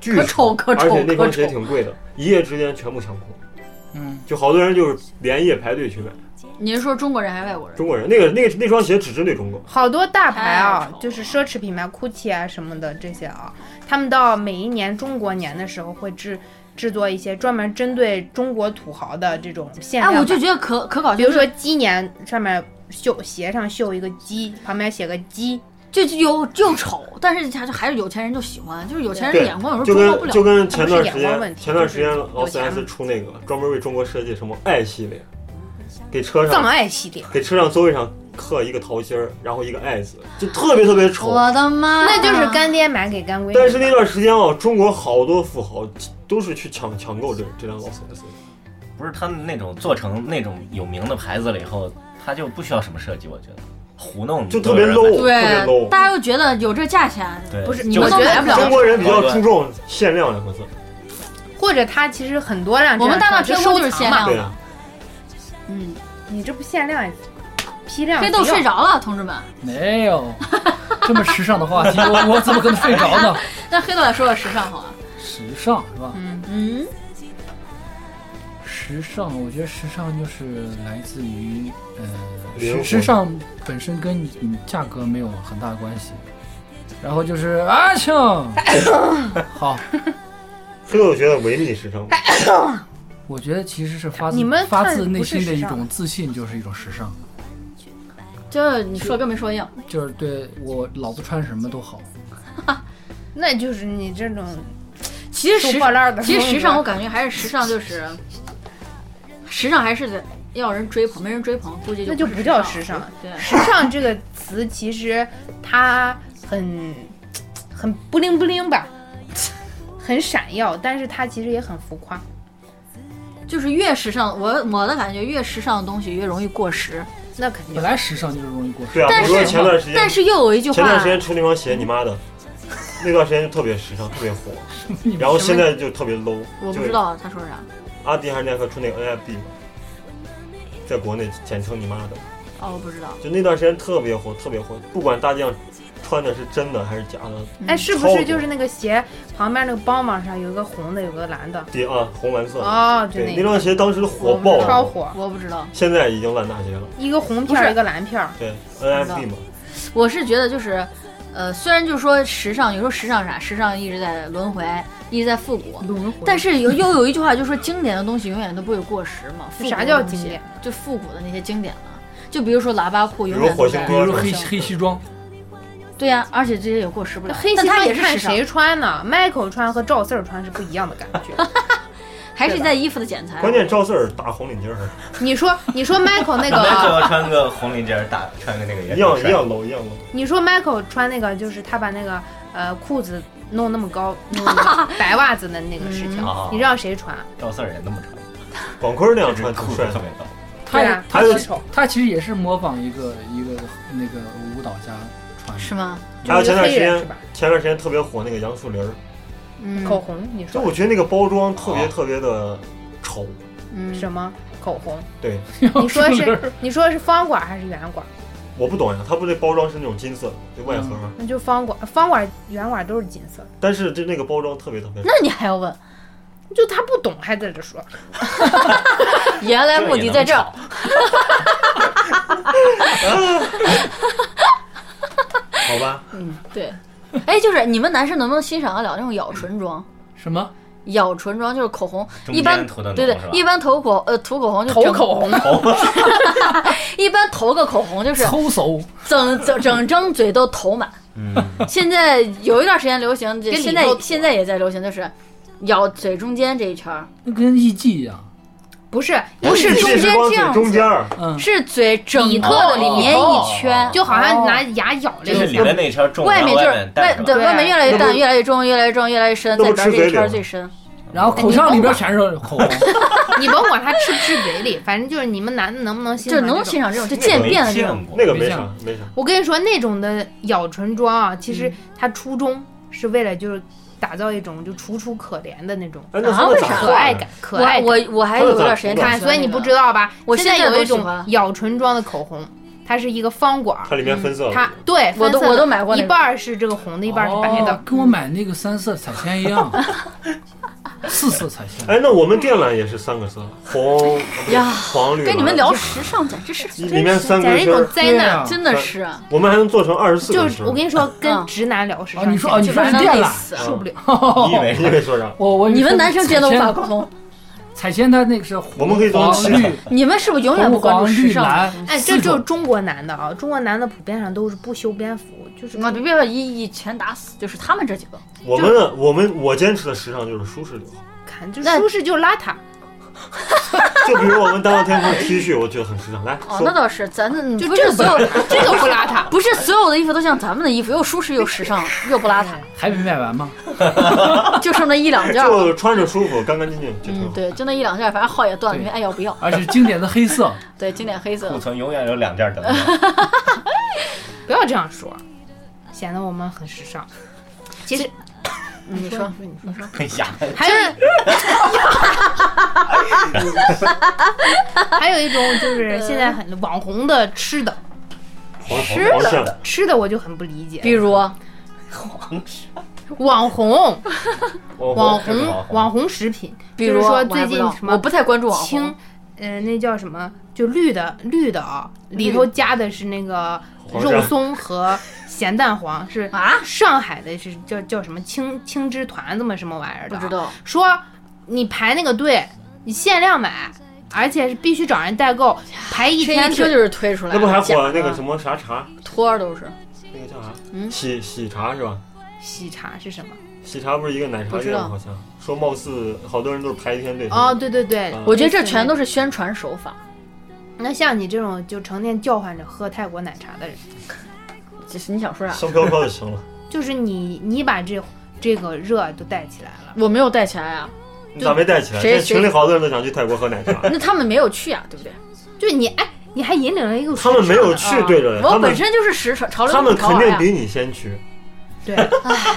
B: 巨
C: 可丑可丑
B: 而且那
C: 可
B: 双
C: 丑
B: 鞋挺贵的，一夜之间全部抢空，
E: 嗯，
B: 就好多人就是连夜排队去买。
C: 你是说中国人还是外国人？
B: 中国人那个那个那双鞋只针对中国，
F: 好多大牌
C: 太
F: 啊
C: 丑了，
F: 就是奢侈品牌 GUCCI 啊什么的这些啊，他们到每一年中国年的时候会制制作一些专门针对中国土豪的这种限量
C: 哎，
F: 版。
C: 我就觉得可可搞笑，
F: 比如说鸡年上面绣鞋上绣一个鸡，旁边写个鸡，
C: 就就又又丑，但是还是还是有钱人就喜欢，就是有钱人
B: 对
C: 眼光有时
B: 就
C: 候捉摸不
B: 跟
C: 了。
B: 就跟前段
F: 他们是
B: 时
F: 眼光问
B: 间
F: 题
B: 前段时间
F: 就是有
B: 劳斯莱
F: 钱
B: 斯
F: 嘛
B: 出那个专门为中国设计什么爱系列，给车
F: 藏
B: 上
F: 爱系列。
B: 给车上座位上刻一个桃心儿，然后一个爱字，就特别特别丑。
C: 我的妈！
F: 那就是干爹买给干闺女，
B: 但是那段时间啊，中国好多富豪都是去抢抢购这这辆劳斯莱斯。
D: 不是他们那种做成那种有名的牌子了以后，他就不需要什么设计，我觉得糊弄
B: 就特别
D: 所有人
B: low 特别
C: 对，
B: low
C: 大家又觉得有这价钱，
D: 对，
F: 不是
D: 就
F: 我
C: 们
F: 觉
C: 都
F: 得
C: 买不了
B: 中国人比较注重限量两个字，
F: 或者他其实很多辆这样，
C: 我们大闹
F: 就
C: 天宫
F: 收
C: 就是
F: 藏
C: 限
F: 嘛
C: 量
B: 对啊呀、
C: 嗯，
F: 你这不限量，批量
C: 黑豆
F: 不要
C: 睡着了，同志们。
E: 没有这么时尚的话题，我我怎么可能睡着 呢？
C: 那黑豆来说说时尚好啊。
E: 时尚是吧？
F: 嗯，
C: 嗯，
E: 时尚，我觉得时尚就是来自于呃，
B: 灵
E: 时
B: 魂
E: 时尚本身跟你价格没有很大的关系。然后就是啊， 庆，好，
B: 黑豆觉得违逆时尚，
E: 我觉得其实是发自
F: 你们
E: 发
F: 看
E: 自内
F: 不是
E: 心的
F: 时
E: 一
F: 尚
E: 种自信，就是一种时尚，
C: 就是你说跟没说一样。
F: 嗯
E: 就是对我老子穿什么都好。
F: 那就是你这种
C: 其实时
F: 收破烂的
C: 其实时尚
F: 风格
C: 我感觉还是时尚，就是时尚还是得要人追捧，没人追捧，估计
F: 那
C: 就
F: 就不叫时尚
C: 尚了。对，
F: 时尚这个词，其实它很很不灵不灵吧，很闪耀，但是它其实也很浮夸。
C: 就是越时尚，我我的感觉越时尚的东西越容易过时。
F: 那肯定
E: 本，来时尚就是容易过时
B: 对，啊，
C: 但
B: 我
C: 是
B: 说前段时间
C: 但是又有一句
B: 前段
C: 话
B: 时，间出那双鞋，你妈的，那段时间就特别时尚，特别火，然后现在就特别 low，
C: 我
B: 就
C: 不
B: 是
C: 知道他说啥。
B: 阿迪还是耐克出那个 NIB 嘛，在国内简称你妈的，
C: 哦，我不知道。
B: 就那段时间特别火，特别火，不管大街上穿的是真的还是假的，
F: 哎，是不
B: 超
F: 是
B: 过
F: 就是那个鞋旁边那个帮帮上有一个红的，有个蓝的？
B: 底啊红蓝色的，
F: 哦，就
B: 对，
F: 那
B: 那
F: 个
B: 双鞋当时火爆
C: 我知
F: 超
B: 了，
F: 火，
C: 我不知道，
B: 现在已经烂大街了。
F: 一个红片
C: 不
F: 儿，
C: 是
F: 一个蓝片儿。
B: 对
C: 知道
B: ，NFB 嘛，
C: 我是觉得就是，呃，虽然就说时尚，有时候时尚啥，时尚一直在轮回，一直在复古，但是有又有一句话，就说经典的东西永远都不会过时嘛。复古的
F: 啥叫
C: 东西
F: 经典？
C: 就复古的那些经典了，就比如说喇叭裤，
B: 比
C: 永
B: 如
C: 远
B: 火
C: 都
B: 星
C: 在
E: 比
B: 哥。
E: 如黑黑西装，
C: 对呀、而且这些也过时不了。
F: 黑西
C: 但它
F: 装
C: 也
F: 你
C: 是
F: 看
C: 时尚，
F: 谁穿呢？Michael 穿和赵四儿穿是不一样的感觉。
C: 还是在衣服的剪裁。
B: 关键赵四儿打红领巾儿，
F: 你说，你说 Michael
D: 本
F: 那
D: 来
C: 啊
D: 就
F: 个，
D: 要穿个红领巾儿，打穿个那个也
B: 一样
D: 挺
B: 一
D: 帅
B: 样 low 一样 low。
F: 你说 Michael 穿那个，就是他把那个呃裤子弄那么高，弄那个白袜子的那个事情
D: 嗯，
F: 你让谁穿？
D: 赵四儿也那么穿，
B: 广坤儿那样
D: 就是
B: 穿挺
D: 裤子
B: 帅
D: 特
B: 的，
D: 别高。
E: 他
F: 对
E: 也
F: 啊，
E: 他
B: 还有
E: 其实
F: 丑，
E: 他其实也是模仿一个一个那个舞蹈家穿
C: 是
E: 的。
C: 吗？
B: 还有
F: 就是
B: 前
F: 一个黑人是
B: 段时间
F: 吧？
B: 前段时间特别火那个杨树林儿，
C: 嗯，
F: 口红，你
B: 就
F: 说
B: 我觉得那个包装特别
D: 啊
B: 特别的丑，
C: 嗯，
F: 什么口红？
B: 对，
E: 哦
F: 你 说是你说是方管还是圆管？
B: 我不懂呀，它不那包装是那种金色的，就外盒，
F: 那就方管，方管圆管都是金色的。
B: 但是这那个包装特别特别丑，
C: 那你还要问？
F: 就他不懂，还在这说，
C: 原来目的在这儿。
B: 好吧？
C: 嗯，对。哎，就是你们男生能不能欣赏得了那种咬唇妆？
E: 什么？
C: 咬唇妆就是口红，
D: 中间
C: 一般
D: 涂的浓
C: 对对
D: 是吧，
C: 一般头口呃涂口红就
F: 头
C: 整
F: 口红，
C: 一般投个口红就是
E: 抠搜
C: 整整整张嘴都投满。
D: 嗯，
C: 现在有一段时间流行，这
F: 跟里
C: 现在
F: 头涂
C: 现在也在流行，就是咬嘴中间这一圈儿，
E: 那跟艺伎一样。
F: 不是
C: 不是中
B: 这是
C: 间
B: 光
C: 这样
B: 嘴
C: 子
B: 中间儿，
E: 嗯，
C: 是嘴整
F: 里头
C: 个
F: 的里头
C: 连一圈，
F: 就好像拿牙咬
D: 就
F: 这
D: 是
F: 个
D: 里面那一圈重，
C: 外
D: 然
C: 面
D: 后
C: 就是
D: 面
C: 外
D: 淡是吧
C: 对
F: 对
C: 外面越来越
B: 那
C: 淡，
B: 不
C: 越来越重，越来越重，越来越深，
B: 那
C: 在
B: 不
C: 边儿
B: 吃
C: 这一圈儿
B: 嘴里吗
C: 最深。
E: 然后口腔里边全是口红。
F: 你甭管他吃不吃嘴里，反正就是你们男的能不能欣
C: 就
F: 赏？
C: 能欣赏这种就渐变的这种，
B: 那个
E: 没
B: 没啥
E: 像
B: 没啥，
F: 我跟你说，那种的咬唇妆啊，其
C: 嗯
F: 实它初衷是为了就是打造一种就楚楚可怜的那种
B: 哎，那
C: 啊
B: 他们
C: 为
B: 咋
C: 啥
B: 画
F: 可爱
B: 的
F: 感，可
C: 我
F: 爱感。
C: 我我还有一段时间
B: 我
F: 看，
C: 看，
F: 所以你不知
C: 道
F: 道吧？
C: 我
F: 现在
C: 现在
F: 有
C: 都
F: 一
C: 喜
F: 种
C: 欢
F: 咬唇妆的口红，它是一个方管儿，
B: 它里面分色
F: 它
B: 了，
F: 对，
C: 我都
F: 分色的
C: 我都买过那
F: 一
C: 种
E: 哦
F: 半儿是这个红的，一半儿是白的
E: 哦。跟我买那个三色彩铅一样。四色彩线。
B: 哎，那我们电缆也是三个色，红、
C: 呀
B: 黄、绿、
H: 跟你们
B: 蓝
H: 聊时尚简直是
B: 里里面呃三
F: 简
B: 根
F: 直一种
B: 针儿，
F: 灾
E: 对
F: 难
E: 啊。
C: 真的是，
B: 我们还能做成二十四
F: 就
B: 根
F: 是
B: 针。
F: 我跟你说，跟
C: 嗯
F: 直男聊是
E: 哦你说哦你
F: 就
E: 说
F: 是
E: 是电缆
C: 累死。
B: 啊
F: 受不了。
B: 你以为你以为说啥？
E: 我我
C: 你们男生之间都无法
E: 彩
C: 沟
E: 线
C: 通，
E: 彩线它那个是红
B: 我们可以做
E: 黄
B: 成
E: 绿
B: 七彩
C: 你们是不是永远不
E: 红
C: 关注
E: 黄
C: 时
E: 绿
C: 尚？
E: 蓝，
F: 哎，
E: 四
F: 这就是
E: 种
F: 中国男的啊，中国男的普遍上都是不修边幅，就是
C: 啊
H: 我别别别一一拳打死，就是他们这几个。
B: 我们的我们我坚持的时尚就是舒适流，
F: 看就
C: 那
F: 舒适就邋遢，
B: 就比如我们大闹天宫的 T 恤，我觉得很时尚。来，
C: 哦，那
B: 说
C: 倒是，咱们
F: 就
C: 不
F: 这
C: 是
F: 个
C: 所有，
F: 这个不邋遢。
C: 不是所有的衣服都像咱们的衣服，又舒适又时尚又不邋遢，
E: 还没卖完吗？
C: 就剩那一两件儿了。
B: 就穿着舒服，干干净净就挺
C: 嗯，
B: 好。
C: 对，就那一两件儿，反正号也断了，你
E: 对
C: 们爱要不要？
E: 而且经典的黑色，
C: 对，经典黑
D: 库
B: 嗯
C: 色。
D: 存永远有两件儿等着。
F: 不要这样说，显得我们很时尚。其 实
C: 你说，
D: 哎呀，
F: 还有，还有一种就是现在很网红的吃的，
B: 黄黄黄色，
F: 吃的我就很不理
C: 比
F: 解。
C: 如啊
F: 网红，网
D: 是
F: 红，
D: 网
F: 网红食品，
C: 比
F: 就
C: 如啊
F: 是
C: 我
F: 说
C: 还
F: 最
C: 不
F: 近
C: 知道
F: 什么
C: 我不太关注网
F: 青
C: 红，，
F: 呃，那叫什么？就绿的绿的啊、里头加的是那个
B: 黄
F: 肉
B: 鳝
F: 松和咸蛋黄，是
C: 啊
F: 上海的是叫叫什么青青汁团子嘛，什么玩意儿的
C: 不
F: 啊？
C: 知道。
F: 说你排那个队，你限量买，而且是必须找人代购，排一
C: 这
F: 天
C: 一听就是推出来
B: 那
C: 的，
B: 不还
C: 假
B: 火
C: 的
B: 那个什么啥茶，
C: 托儿都是
B: 那个叫啥？
C: 啊嗯
B: 喜喜茶是吧？
F: 喜茶是什么？
B: 喜茶不是一个奶茶
C: 不知
B: 店
C: 道
B: 吗好像说貌似好多人都是排一天队。
F: 哦，对对对
B: 嗯，
C: 我觉得这全都是宣传手法，
F: 那像你这种就成天叫唤着喝泰国奶茶的人，
C: 就是你想说啥？
B: 香飘飘就行了。
F: 就是你你把这这个热都带起来了。
C: 我没有带起来啊，
B: 你咋没带起来？
C: 谁
B: 现在群里好多人都想去泰国喝 奶茶，
C: 那他们没有去呀、对不对？
F: 就你哎，你还引领了一个
B: 他们没有去，对着
C: 嗯我
B: 他
C: 本
B: 们
C: 身就是时尚潮流
B: 他们
C: 潮
B: 肯
C: 玩
B: 定
C: 呀。
B: 比你先去。
F: 对，哎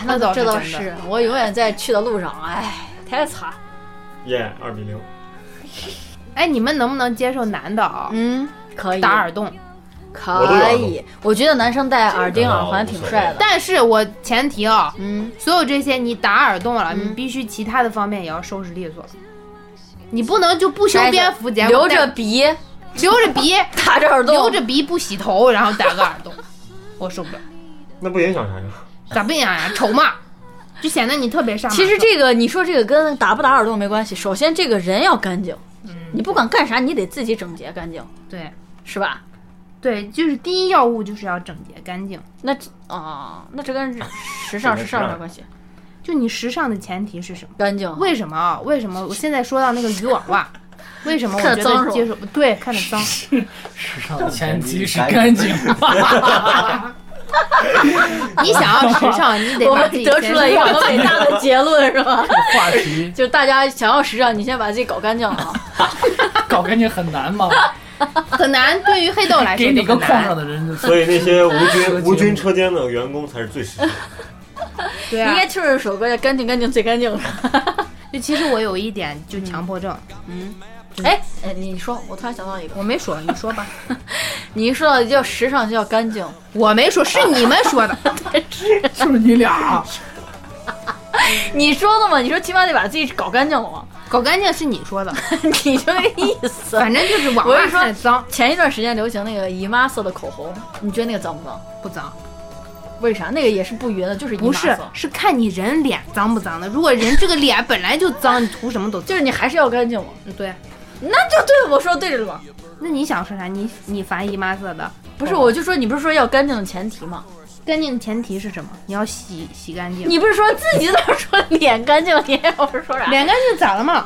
F: 那倒
C: 这倒
F: 真的
C: 是，我永远在去的路上，哎，太惨。
B: 耶，二比零。
F: 哎，你们能不能接受男的啊、
C: 嗯，可以，
F: 打耳洞？
B: 我都
C: 可
B: 有耳
C: 以。我觉得男生戴耳钉、耳环挺帅的。
F: 但是我前提啊、
C: 嗯，
F: 所有这些你打耳洞了，
C: 嗯
F: 你必须其他的方面也要收拾利索，你不能就不修边幅，结果
C: 留着鼻，
F: 戴留着鼻，
C: 打着耳洞，
F: 留着鼻不洗头，然后打个耳洞， 我受不了，
B: 那不影响啥呀？
F: 咋不一样呀？丑嘛，就显得你特别上马特。
C: 其实这个你说这个跟打不打耳洞没关系，首先这个人要干净，
F: 嗯
C: 你不管干啥，你得自己整洁干净，
F: 对
C: 是吧？
F: 对，就是第一要务就是要整洁干净。
C: 那这啊、那这跟 时
D: 这跟
C: 尚时尚有
D: 时
C: 啥
D: 尚
C: 关系？
F: 就你时尚的前提是什么？
C: 干净，
F: 为什么啊？为什么我现在说到那个渔网袜，为什么我觉
C: 看着脏是
F: 得
C: 吧
F: 接受不对看着脏？
E: 时尚的前提是干净。
F: 你想要时尚，你得
C: 我
F: 把
C: 们
F: 自己
C: 得
F: 先
C: 出了一个 很伟大的结论，是 吧？
E: 话题
C: 就是大家想要时尚，你先把自己搞干净啊。
E: 搞干净很难吗？
F: 很难，对于黑豆来 说
E: 给你
F: 就
E: 个
F: 很
E: 框上
F: 难。
E: 的人就
B: 所以那些无
E: 车
B: 菌
E: 间
B: 无菌车间的员工才是最实际的。
F: 对啊
C: 应，该就是首歌叫《干净干净最干净》。
F: 就其实我有一点就强迫症，
C: 哎哎，你说，我突然想到一个，
F: 我没说，你说吧，
C: 你一说到叫时尚就要干净，
F: 我没说，是你们说的。
E: 就是你俩，
C: 你说的嘛？你说起码得把自己搞干净了嘛？
F: 搞干净是你说的，
C: 你就这意思。
F: 反正就是网
C: 我
F: 袜
C: 是说
F: 太脏
C: 前一段时间流行那个姨妈色的口红，你觉得那个脏不脏？
F: 不脏，
C: 为啥？那个也是不匀的，就是姨妈
F: 不是
C: 色，
F: 是看你人脸脏不脏的。如果人这个脸本来就脏，你涂什么都
C: 就
F: 脏。
C: 是你还是要干净嘛？
F: 嗯对，
C: 那就对我说对了嘛？
F: 那你想说啥？你你烦姨妈色的，
C: 不是，我就说你不是说要干净的前提吗？
F: 干净的前提是什么？你要洗洗干净。
C: 你不是说自己在那说脸干净，你还要说啥？
F: 脸干净咋了嘛？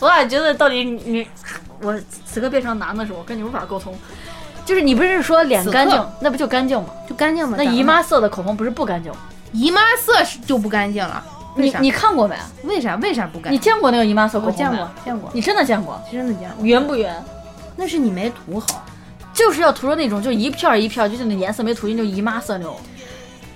C: 我俩觉得到底你你我此刻变成男的时候，我跟你无法沟通。就是你不是说脸
F: 此刻
C: 干净，那不就干净吗？
F: 就干净嘛。
C: 那
F: 咋了
C: 姨
F: 嘛
C: 妈色的口红不是不干净吗？
F: 姨妈色是就不干净了。为
C: 你
F: 啥
C: 你看过没？
F: 为啥为啥不干
C: 你
F: 净？
C: 见过那个姨妈色口
F: 我
C: 红
F: 见
C: 没
F: 过见过，
C: 你真的见过？
F: 真的见过。
C: 圆不圆？
F: 那是你没涂好。
C: 就是要涂成那种，就一片儿一片儿，就是那颜色没涂进，就姨妈色那种。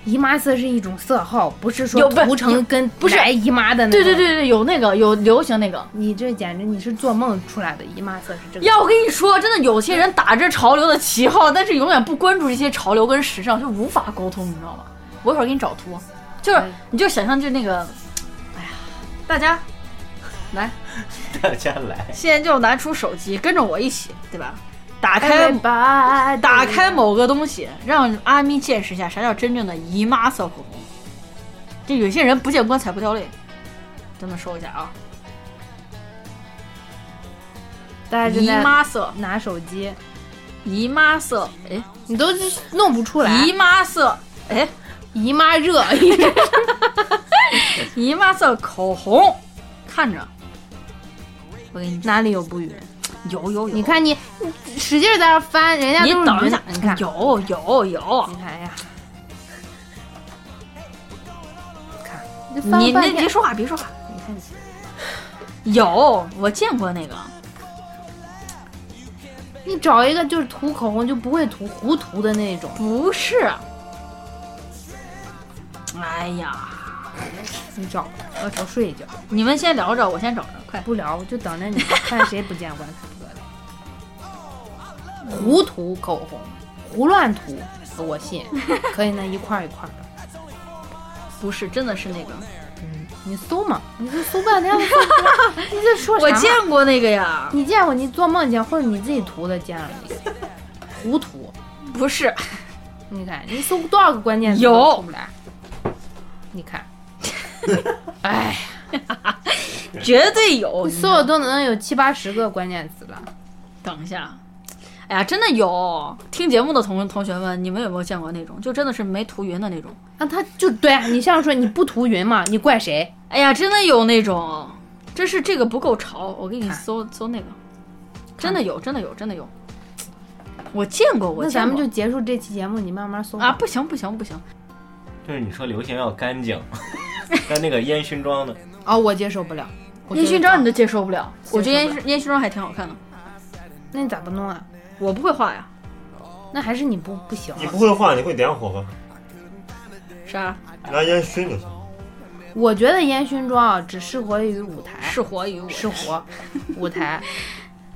F: 姨妈色是一种色号，不是说
C: 有不是
F: 涂成跟
C: 不是
F: 来姨妈的那
C: 对
F: 种。
C: 对对对，有那个有流行那个。
F: 你这简直你是做梦出来的，姨妈色是这个。
C: 要我跟你说，真的有些人打着潮流的旗号，但是永远不关注这些潮流跟时尚，就无法沟通，你知道吗？我一会儿给你找图，就是你就想象就那个，哎呀，大家
D: 大家来，
C: 现在就拿出手机，跟着我一起，对吧？打开
F: 哎开
C: 打开某个东西，让阿咪见识一下啥叫真正的姨妈色口红。这有些人不见棺材不掉泪，这么说一下啊，
F: 大家正
C: 姨
F: 在
C: 妈色，
F: 拿手机，
C: 姨妈色，哎，
F: 你都弄不出来
C: 姨。妈色，哎，
F: 姨妈热，
C: 姨妈色口红，看着
F: 我跟你哪里有不匀？
C: 有有有，
F: 你看你你使劲在那翻，人家
C: 你
F: 都是匀
C: 等一下
F: 的，你看，
C: 有有有，
F: 你看哎呀，看
C: 你
F: 翻半
C: 那
F: 天
C: 别说话别说话，你看有我见过那个，
F: 你找一个就是涂口红就不会涂糊涂的那种，
C: 不是，哎呀，
F: 你找吧，我我睡一觉，
C: 你们先聊着，我先找着，快，
F: 不聊我就等着你看谁不见棺材不得泪。糊涂口红，胡乱涂，我信，可以那一块儿一块儿的。
C: 不是真的是那个，
F: 你搜嘛，你就搜半天，我搜不出 来你在说啥？
C: 我见，过那个呀，
F: 你见过，你做梦见或者你自己涂的见了一个，糊涂。
C: 不是，
F: 你看，你搜多少个关键词
C: 有
F: 都出不来？你看，哎，
C: 绝对有，
F: 搜我都能有七八十个关键词了。
C: 等一下，哎呀，真的有！听节目的同同学们，你们有没有见过那种，就真的是没涂匀的那种？
F: 那他就对啊，你像说你不涂云嘛，你怪谁？
C: 哎呀，真的有那种，真是这个不够潮，我给你
F: 看
C: 搜搜那个，真的有，真的有，真的有，我见过，我
F: 那
C: 见
F: 咱们
C: 过
F: 就结束这期节目，你慢慢搜吧
C: 啊，。不行不行不行，
D: 就是你说流行要干净， 但那个烟熏妆呢？
F: 哦，我接受不了。我
C: 烟
F: 觉
C: 熏
F: 得
C: 妆你都接受不了，啊我
F: 接
C: 觉得烟
F: 受不
C: 熏烟熏妆还挺好看的，
F: 那你咋不弄啊？
C: 我不会画呀，
F: 那还是你不不行啊。
B: 你不会画，你会点火吧？
C: 啥
B: 拿烟熏就行。
F: 我觉得烟熏妆啊，只适合于舞台，
C: 哎是活于我。
F: 适合舞台。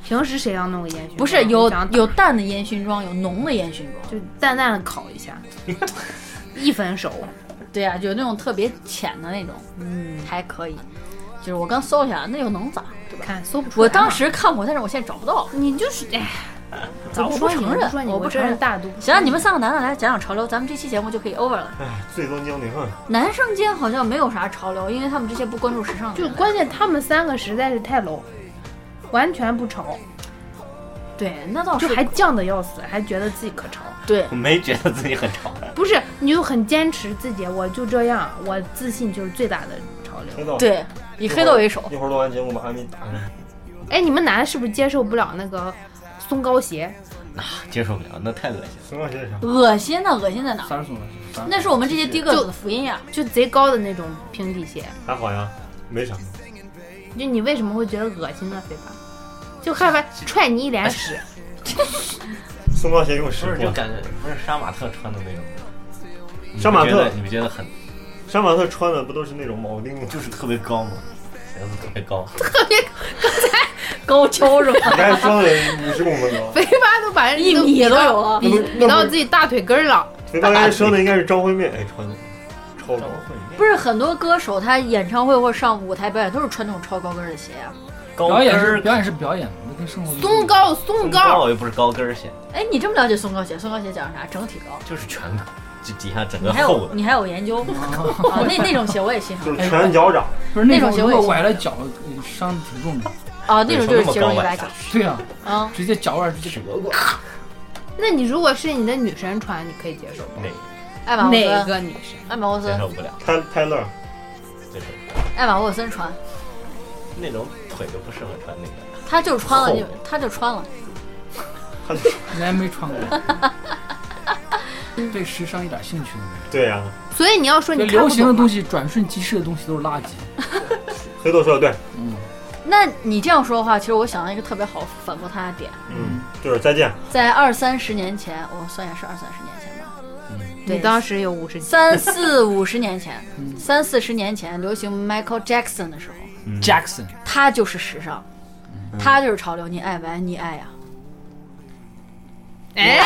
F: 平时谁要弄个烟熏妆？
C: 不是有
F: 我想
C: 有淡的烟熏妆，有浓的烟熏妆。
F: 就淡淡的烤一下，一分熟。
C: 对呀、就那种特别浅的那种，嗯，还可以。就是我刚搜一下，那又能咋？
F: 看搜不出来嘛。
C: 我当时看过，但是我现在找不到了。
F: 你就是哎，
C: 咋
F: 我
C: 我
F: 不
C: 不
F: 说你
C: 承认
F: 我不说你，
C: 我不
F: 这
C: 承认
F: 人大度。
C: 行了，啊你们三个男的来讲讲潮流，咱们这期节目就可以 over 了。
B: 哎，最终经理问，
C: 男生间好像没有啥潮流，因为他们这些不关注时尚的
F: 就
C: 人。
F: 关键他们三个实在是太 low，完全不潮，
C: 哦对，那倒
F: 就是还犟的要死，还觉得自己可潮。
C: 对
D: 我没觉得自己很潮，
F: 不是，你就很坚持自己，我就这样，我自信就是最大的潮流。
B: 黑豆，
C: 对，以黑豆为首。
B: 一会儿录完节目把阿咪打上。
F: 哎，你们男的是不是接受不了那个松糕鞋？
D: 接受不了，那太恶心了。
B: 什么是啥？
C: 恶心呢？恶心在哪？
E: 三十多了，三十
C: 那是我们这些低个子的福音呀！
F: 就贼高的那种平底鞋？
B: 还好呀，没啥。
F: 就你为什么会觉得恶心呢？飞凡，就害怕踹你一
E: 哎
F: 脸屎。
B: 松糕鞋用
D: 不
B: 使
D: 是，就
B: 过。
D: 感觉不是杀马特穿的那种。
B: 杀马特
D: 你不觉得你不觉得很
B: 杀马特穿的不都是那种铆钉吗？
D: 就是特别高吗？鞋子特别高，
C: 高跷是吧？
B: 你还说了五十公分高。
F: 飞凡都把人
C: 一米都有啊
F: 到
C: 了
F: 比比到自己大腿根儿了。
B: 肥八刚才说的应该是张惠妹哎穿的，超高。
C: 不是很多歌手他演唱会或者上舞台表演都是穿那种超高跟的鞋啊呀。
D: 高
E: 表
D: 跟
E: 演是
D: 儿
E: 表演是表演，那跟生活不一样
F: 松糕，松
D: 松
F: 糕，
D: 高又不是高跟儿鞋，
C: 哎，你这么了解松糕鞋？松糕鞋讲啥？整体高。
D: 就是全高，就底下整
C: 你
D: 个
C: 还
D: 呃厚
C: 有
D: 的。
C: 你还有 研究啊？那那种鞋我也欣赏
B: 就是全脚掌，
E: 不是那
C: 那种
E: 种
C: 行
E: 如
C: 为
E: 果崴了脚，呃伤得挺重的。
C: 啊，那种就是
D: 对
C: 肌
D: 说
C: 肉
D: 那么高
C: 一百
D: 吧
C: 九
E: 对啊，
C: 啊。
E: 直接脚腕直接折过。
F: 那你如果是你的女神穿，你可以接受吗？
D: 哪
C: 艾玛沃
F: 哪
C: 森，
F: 个女神？
C: 艾玛沃
D: 接
C: 森，
D: 受不了，
B: 泰泰勒，
D: 接受不了
C: 艾玛沃森穿，
D: 那种腿就不适合穿那个。
C: 他就穿了，
D: 厚
C: 就他就穿了。
B: 他就
E: 你还没穿过。 对时尚一点兴趣都没有。
B: 对呀、
F: 所以你要说
E: 对
F: 你看
E: 流
F: 不
E: 行的
F: 懂啊
E: 东西、转瞬即逝的东西都是垃圾。
B: 黑豆说的对，
E: 嗯，
C: 那你这样说的话，其实我想到一个特别好反驳他的点，
B: 嗯，就是再见，
C: 在二三十年前，我算一下是二三十年前吧，
F: 你当时有五十斤，
C: 三四五十 年前，
H: 嗯
C: 三四十年前流行 Michael Jackson 的时候，
E: Jackson，
C: 他就是时尚，
H: 嗯
C: 他就是潮流，你爱不爱？你爱呀、
F: 哎，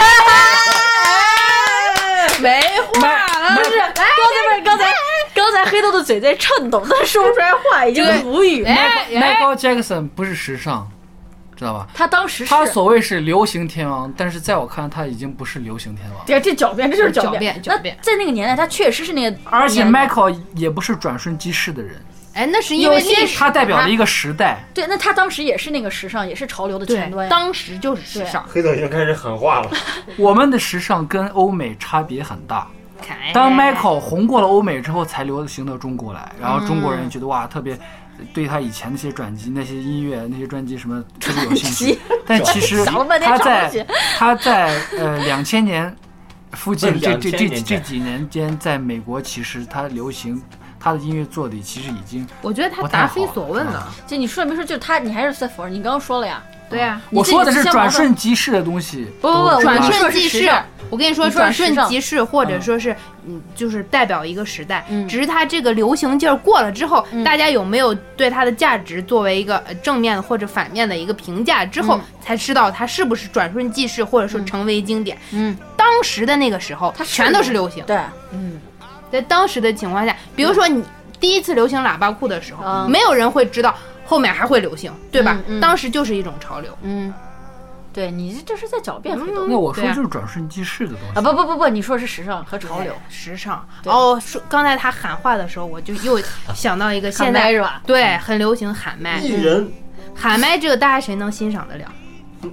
F: 没话了，
C: 刚才不是刚才
H: 在黑豆的嘴在颤抖，但说不出来话，已经
C: 对
H: 无语
F: 哎
H: 了。
E: Michael Jackson 不是时尚，知道吧？
C: 他当时是
E: 他所谓是流行天王，但是在我看来，他已经不是流行天王。
H: 对，这狡辩，这就是
F: 狡
H: 辩。
F: 辩，
C: 那
F: 狡辩。
C: 在那个年代，他确实是那个年代，
E: 而且 Michael 也不是转瞬即逝的人，
F: 哎，那是因为历史，
E: 他代表了一个时代。
C: 对，那他当时也是那个时尚，也是潮流的前端
F: 对，
C: 呀。
F: 当时就是时尚。
B: 黑豆已经开始喊话了，
E: 我们的时尚跟欧美差别很大。
F: 哎
E: 当 Michael 红过了欧美之后，才流行到中国来，然后中国人觉得哇，特别对他以前那些专辑、那些音乐、那些专辑什么特别有兴 趣。但其实
H: 想了半天
E: 他
H: 找不
E: 在
H: 起
E: 他在呃两千年附近这这
D: 2000
E: 这这
D: 年
E: 这
D: 前
E: 几年间，在美国其实他流行他的音乐做的其实已经
F: 我觉得他
E: 不太
F: 答
E: 好
F: 非所问
E: 了嗯
F: 了。
C: 就你说没说，就是他，你还是在否认。你刚刚说了呀，
F: 对啊，
E: 我说的
C: 你
E: 是
C: 自己
E: 转瞬即逝的东西，
C: 不不不
E: 都是
C: 我
F: 转
E: 吧
C: 哦说
F: 瞬
C: 的是
F: 即
C: 时
F: 逝
C: 尚。
F: 我跟你说，
C: 你说的
F: 转
C: 是时
F: 瞬
C: 尚
F: 即逝，或者说是，嗯，就是代表一个时代。
C: 嗯
F: 只是它这个流行劲儿过了之后，大家有没有对它的价值作为一个呃正面或者反面的一个评价之
C: 嗯
F: 后，才知道它是不是转瞬即逝，或者说成为经典。
C: 嗯，
F: 当时的那个时候，
C: 它是
F: 全都是流行。
C: 对，
F: 在当时的情况下，比如说你第一次流行喇叭裤的时候，
C: 嗯
F: 没有人会知道后面还会流行，对吧？
C: 嗯嗯
F: 当时就是一种潮流。
C: 嗯，对你这是在狡辩，黑豆
E: 那我说
F: 对啊
E: 就是转瞬即逝的东西
C: 啊，。不不不不，你说是时尚和潮流，
F: 时尚
C: 对
F: 哦，说刚才他喊话的时候，我就又想到一个现
C: 喊麦
F: 在
C: 是吧嗯
F: 对，很流行喊
C: 哎
F: 麦，
B: 艺人
F: 喊麦这个大家谁能欣赏得了？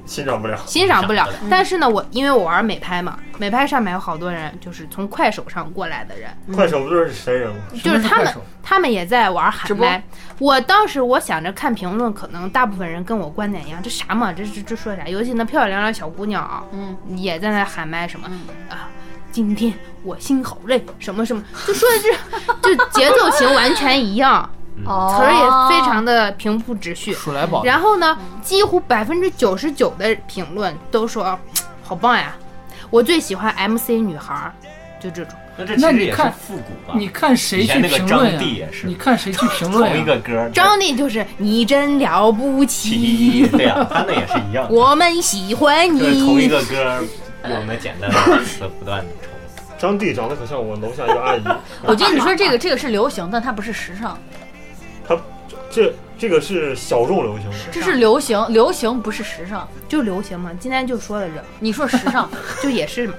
B: 欣赏不了。
F: 欣赏不了。
C: 嗯
F: 但是呢，我因为我玩美拍嘛，美拍上面有好多人就是从快手上过来的人，
B: 快手不就是神人吗？
E: 什
F: 就
E: 么
F: 是
E: 是
F: 他
E: 快
F: 们
E: 手，
F: 他们也在玩喊
C: 直播
F: 麦。我当时我想着看评论，可能大部分人跟我观点一样，这啥嘛，这这这说啥？尤其那漂漂亮亮小姑娘啊，
C: 嗯，
F: 也在那喊麦什么、啊，今天我心好累，什么什么，就说的这 就节奏型完全一样，
B: 嗯
F: 词
C: 词
F: 儿也非常的平铺直叙。
E: 鼠来宝，
F: 然后呢，几乎百分之九十九的评论都说好棒呀，我最喜欢 MC 女孩儿，就这种。
D: 那这
E: 那
D: 其
E: 你
D: 实也是
E: 看
D: 复古吧？
E: 你啊看谁
D: 以
E: 去
D: 前那个
E: 评论
D: 张帝
E: 呀
D: 也？是
E: 你看谁去评论
D: 同一
E: 呀？
D: 个歌，
F: 张力就是你真了不起，
D: 帝，对呀，他那也是一样的，
F: 我们喜欢
D: 就是同一
F: 你。
D: 个歌用的简单的单词不断的重复。
B: 张帝长得可像我楼下一个阿姨，
C: 我觉得你说这个这个是流行，但它不是时尚，
B: 她这这个是小众流行的，
C: 这是流行，流行不是时尚。
F: 就流行嘛，今天就说了这，
C: 你说时 尚，
F: 就也是嘛，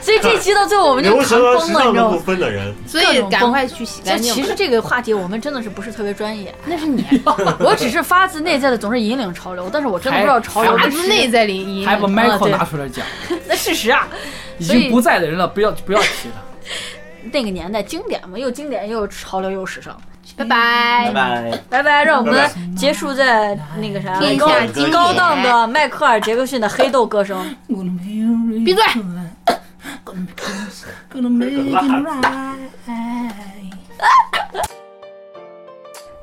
C: 所以这期到最后我们就
B: 流行
C: 谈崩了，你
B: 和时尚
C: 知
B: 都
C: 道
B: 不
C: 吗？
B: 分的人，
F: 所以赶快去洗
C: 这
F: 干净。
C: 其实这个话题我们真的是不是特别专业，
F: 那是你，
C: 我只是发自内在的总是引领潮流，但是我真的不知道潮流
F: 我
C: 跟
F: 是内在灵异。
E: 还把
C: 啊对
E: Michael 拿出来讲，
C: 那事实啊，
E: 已
C: 所以
E: 经不在的人了，不要不要提了。
C: 那个年代经典嘛，又经典又潮流又时尚。
F: 拜拜
D: 拜。拜。
H: 拜拜，让我
B: 拜
H: 们结束在那个啥
F: 天
H: 高
F: 下经典
H: 高档的迈克尔·杰克逊的黑豆歌声。
F: 闭嘴！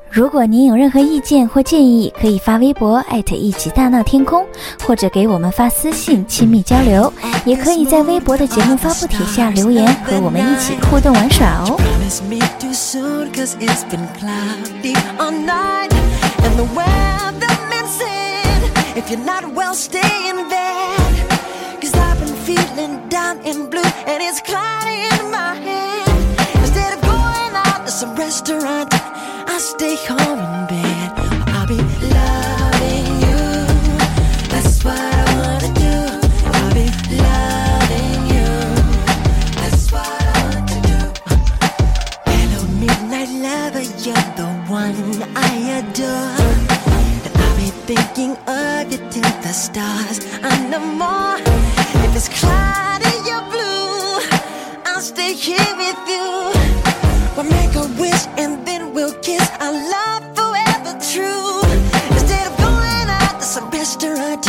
I: 如果您有任何意见或建议，可以发微博艾特一起大闹天空，或者给我们发私信亲密交流，也可以在微博的节目发布帖下留言和我们一起互动玩耍哦。
J: Miss me too soon, cause it's been cloudy all night. And the weatherman said, if you're not well, stay in bed. Cause I've been feeling down and blue, and it's cloudy in my head. Instead of going out to some restaurant, I stay home in bed. I'll be loving you. That's what I wanna do. I'll be loving you. That's what I want to do. Hello, midnight lover, you're the one I adore. And I'll be thinking of you till the stars are no more. If it's cloudy or blue, I'll stay here with you. We'll make a wish and then we'll kiss. Our love forever true. Instead of going out to some restaurant,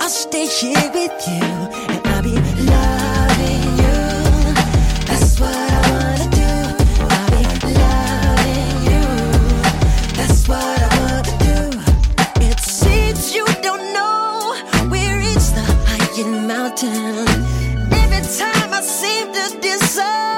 J: I'll stay here with you. And I'll be loving you. That's what I wanna do. I'll be loving you. That's what I wanna do. It seems you don't know where is the highest mountain. Every time I seem to disappear.